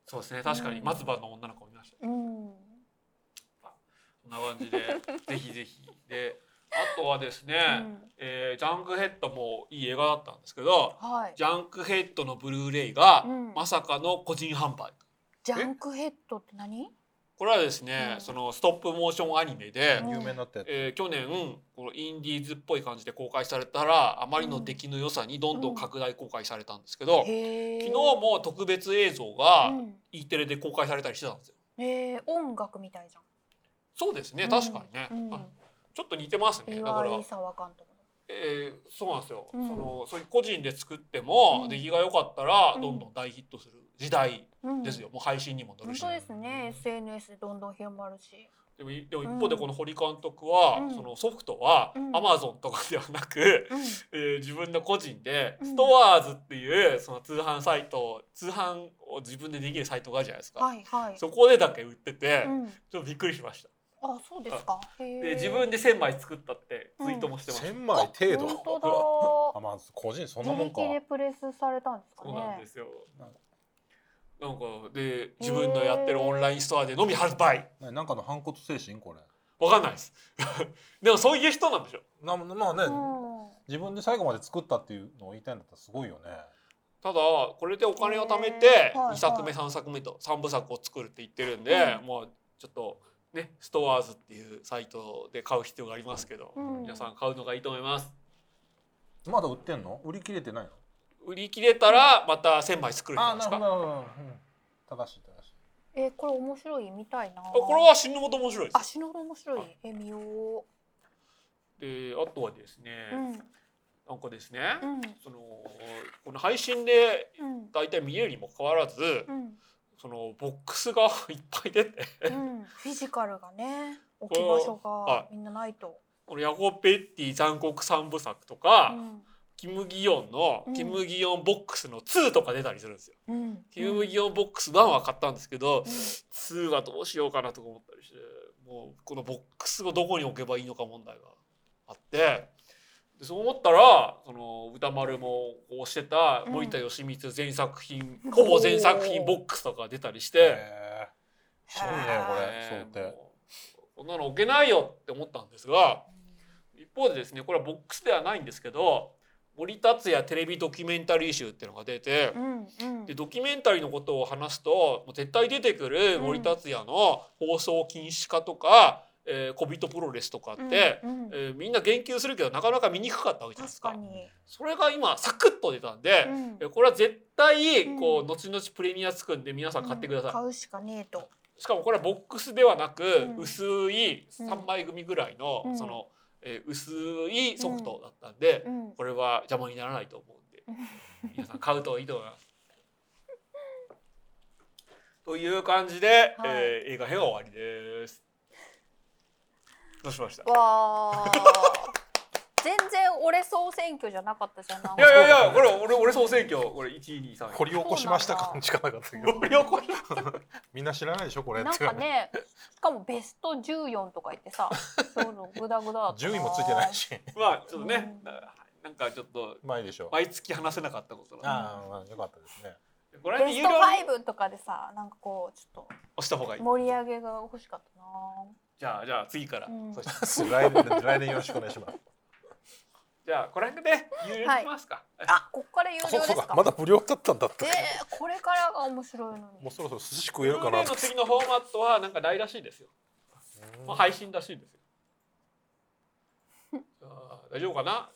そうですね確かに松葉の女の子もいました
うん。
そんな感
[LAUGHS]
じでぜひぜひであとはですね、
うん
えージャンクヘッドもいい映画だったんですけど
はい。
ジャンクヘッドのブルーレイが
うん
まさかの個人販売
ジャンクヘッドって何？
これはですね、
うん
そのストップモーションアニメで、
うん
有名になったやつ
えー去年このインディーズっぽい感じで公開されたらあまりの出来の良さにどんどん拡大公開されたんですけど、昨
へえ。
日も特別映像が
うん
E テレで公開されたりしてたんですよ。
へえ、音楽みたいじゃん。
そうですね、
うん
確かにね、
うん
あちょっと似てますねだか
岩
ら
井、沢監督。
えーそうなんですよ、
うん
そのそういう個人で作っても、
うん
出来が良かったら
うん
どんどん大ヒットする時代
うん
ですよ、。もう配信にも乗
本
るし
当ですね。SNS でどんどん広まるし。
でもいでも一方でこの堀監督は、
うん
そのソフトは
うん
アマゾンとかではなく、
うん。
えー自分の個人で
うん
ストアーズっていうその通販サイト通販を自分でできるサイトがあるじゃないですか、
はいはい。
そこでだけ売ってて、
うん。
ちょっとびっくりしました
あ、そうですか。へえ。
で自分で1,000枚作ったってツイートもしてました、
千枚程度。
本当
あまあ個人そ
だ。
んなもんか
自力でプレスされたんですか
そうなんで
ね。
すよ。なんかで自分のやってるオンラインストアでのみ発売。
ななんかの反骨精神これ
わかんないです。 [LAUGHS] でもそういう人なんでしょ。
なまあね、
うん。
自分で最後まで作ったっていうのを言いたいんだったらすごいよね
ただこれでお金を貯めて
うんはい
2作目3作目と3部作を作るって言ってるんで、もうちょっとねストアーズっていうサイトで買う必要がありますけど、
うん
皆さん買うのがいいと思います。
まだ売ってんの売り切れてないの
売り切れたらまた1000枚作るんじゃ
あ
な
あ
い
ーなるほど
ですか。
なるほど、うん、正しい正しい
えー、これ面白いみたいな。
あこれは死ぬほど面白いで
あ、
す。
死ぬほど面白い。え、見よう。
であとはですね、
うん。
なんかですね、
うん。
そのこの配信で
うん。
大体見えるにもかかわらず、
うん。
そのボックスが [LAUGHS] いっぱい出て
うん、フィジカルがね置き場所が
は
みんなないと。
このヤコペッティ残酷三部作とか、
うん
キム・ギヨンの、
うん
キム・ギヨンボックスの2とか出たりするんですよ。
うん
キム・ギヨンボックス1は買ったんですけど、
うん
2がどうしようかなとか思ったりしてもうこのボックスをどこに置けばいいのか問題があって。でそう思ったらその歌丸もこうしてた
うん
森田義満全作品、
おー
ほぼ全作品ボックスとか出たりして、
へい
へ
いねこれ
ね
そうやって
もうこんなの置けないよって思ったんですが一方でですねこれはボックスではないんですけど森達也テレビドキュメンタリー集っていうのが出て
う、んうん
でドキュメンタリーのことを話すともう絶対出てくる森達也の放送禁止化とか、えー小人プロレスとかあって、
うんうん
えーみんな言及するけどなかなか見にくかったわけじゃな
確
いですか。
かに。
それが今サクッと出たんで
う、ん
えこれは絶対こう、
うん
後々プレミアつくんで皆さん買ってください。
買うしかねえと。
しかもこれはボックスではなく、
うん
薄い3枚組ぐらいの、
うん
その、えー薄いソフトだったんで、
うん
これは邪魔にならないと思うんで、皆さん買うといいと思い
[LAUGHS]
ます。という感じで、えー映画編は終わりです。どうしましたい [LAUGHS]
わあ。全然俺総選挙じゃなかったじゃんなんか。
やいやいや、これ俺俺総選挙これ一二三。
掘り起こしました感じかなかったけど、
り起こし
みんな知らないでしょこれ。
なんか。ね、しかもベスト14とか言ってさ、そういうのグダグダだった
[LAUGHS]
な。
順位もついてない
[LAUGHS]
し。
[LAUGHS] まあちょっとね
う、ん
ななんかちょっと
まあいいでしょう。
毎月話せなかったことだ。
ああ、まあ、よかったですね。
これ
ベ
い
ス
ろ
ト
いろ
5とかでさ、なんかこうちょっ
押した方がいい
と。盛り上げが欲しかったな。
じゃあじゃあ次から、
うん
そして
来年、来年よろしくお願いします。
[LAUGHS]
じゃあこれで有料にしますか。
あ、こっから有料ですか。
まだ無料だったんだって
え。ー、これからが面白いの
もう
に。
そろそろ寿司食えるか
有
な
料。の次のフォーマットはなんかないらしいですよ。まあ、配信らしいです
[LAUGHS]
よ。じゃあ大丈夫かな。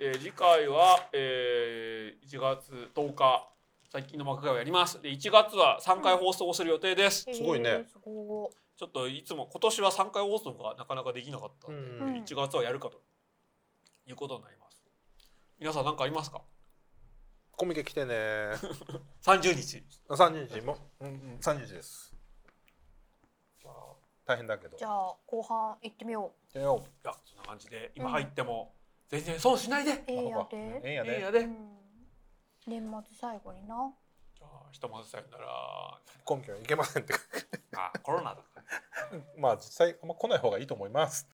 えー次回は、えー1月10日最近の幕会をやります。で1月は3回放送をする予定です。
え
[LAUGHS]
ー
すごいね。
すごい
ちょっといつも今年は3回放送がなかなかできなかった
う
ので、
うんん
1月はやるかということになります。皆さん何かありますか
コミケ来てね。 [LAUGHS]
？30日。
三十日も、うんうん、三十日です。まあ大変だけど。
じゃあ後半行ってみよ
じゃあよ
いやそんな感じで今入っても全然損しないで。
う。ええやで。
ええんや
いい
で
や
う
で。
ん年末最後にな。
じゃあひとまずさよなら。
コミケはいけませんって。 [LAUGHS]
あコロナだから。
まあ実際あんま来ない方がいいと思います。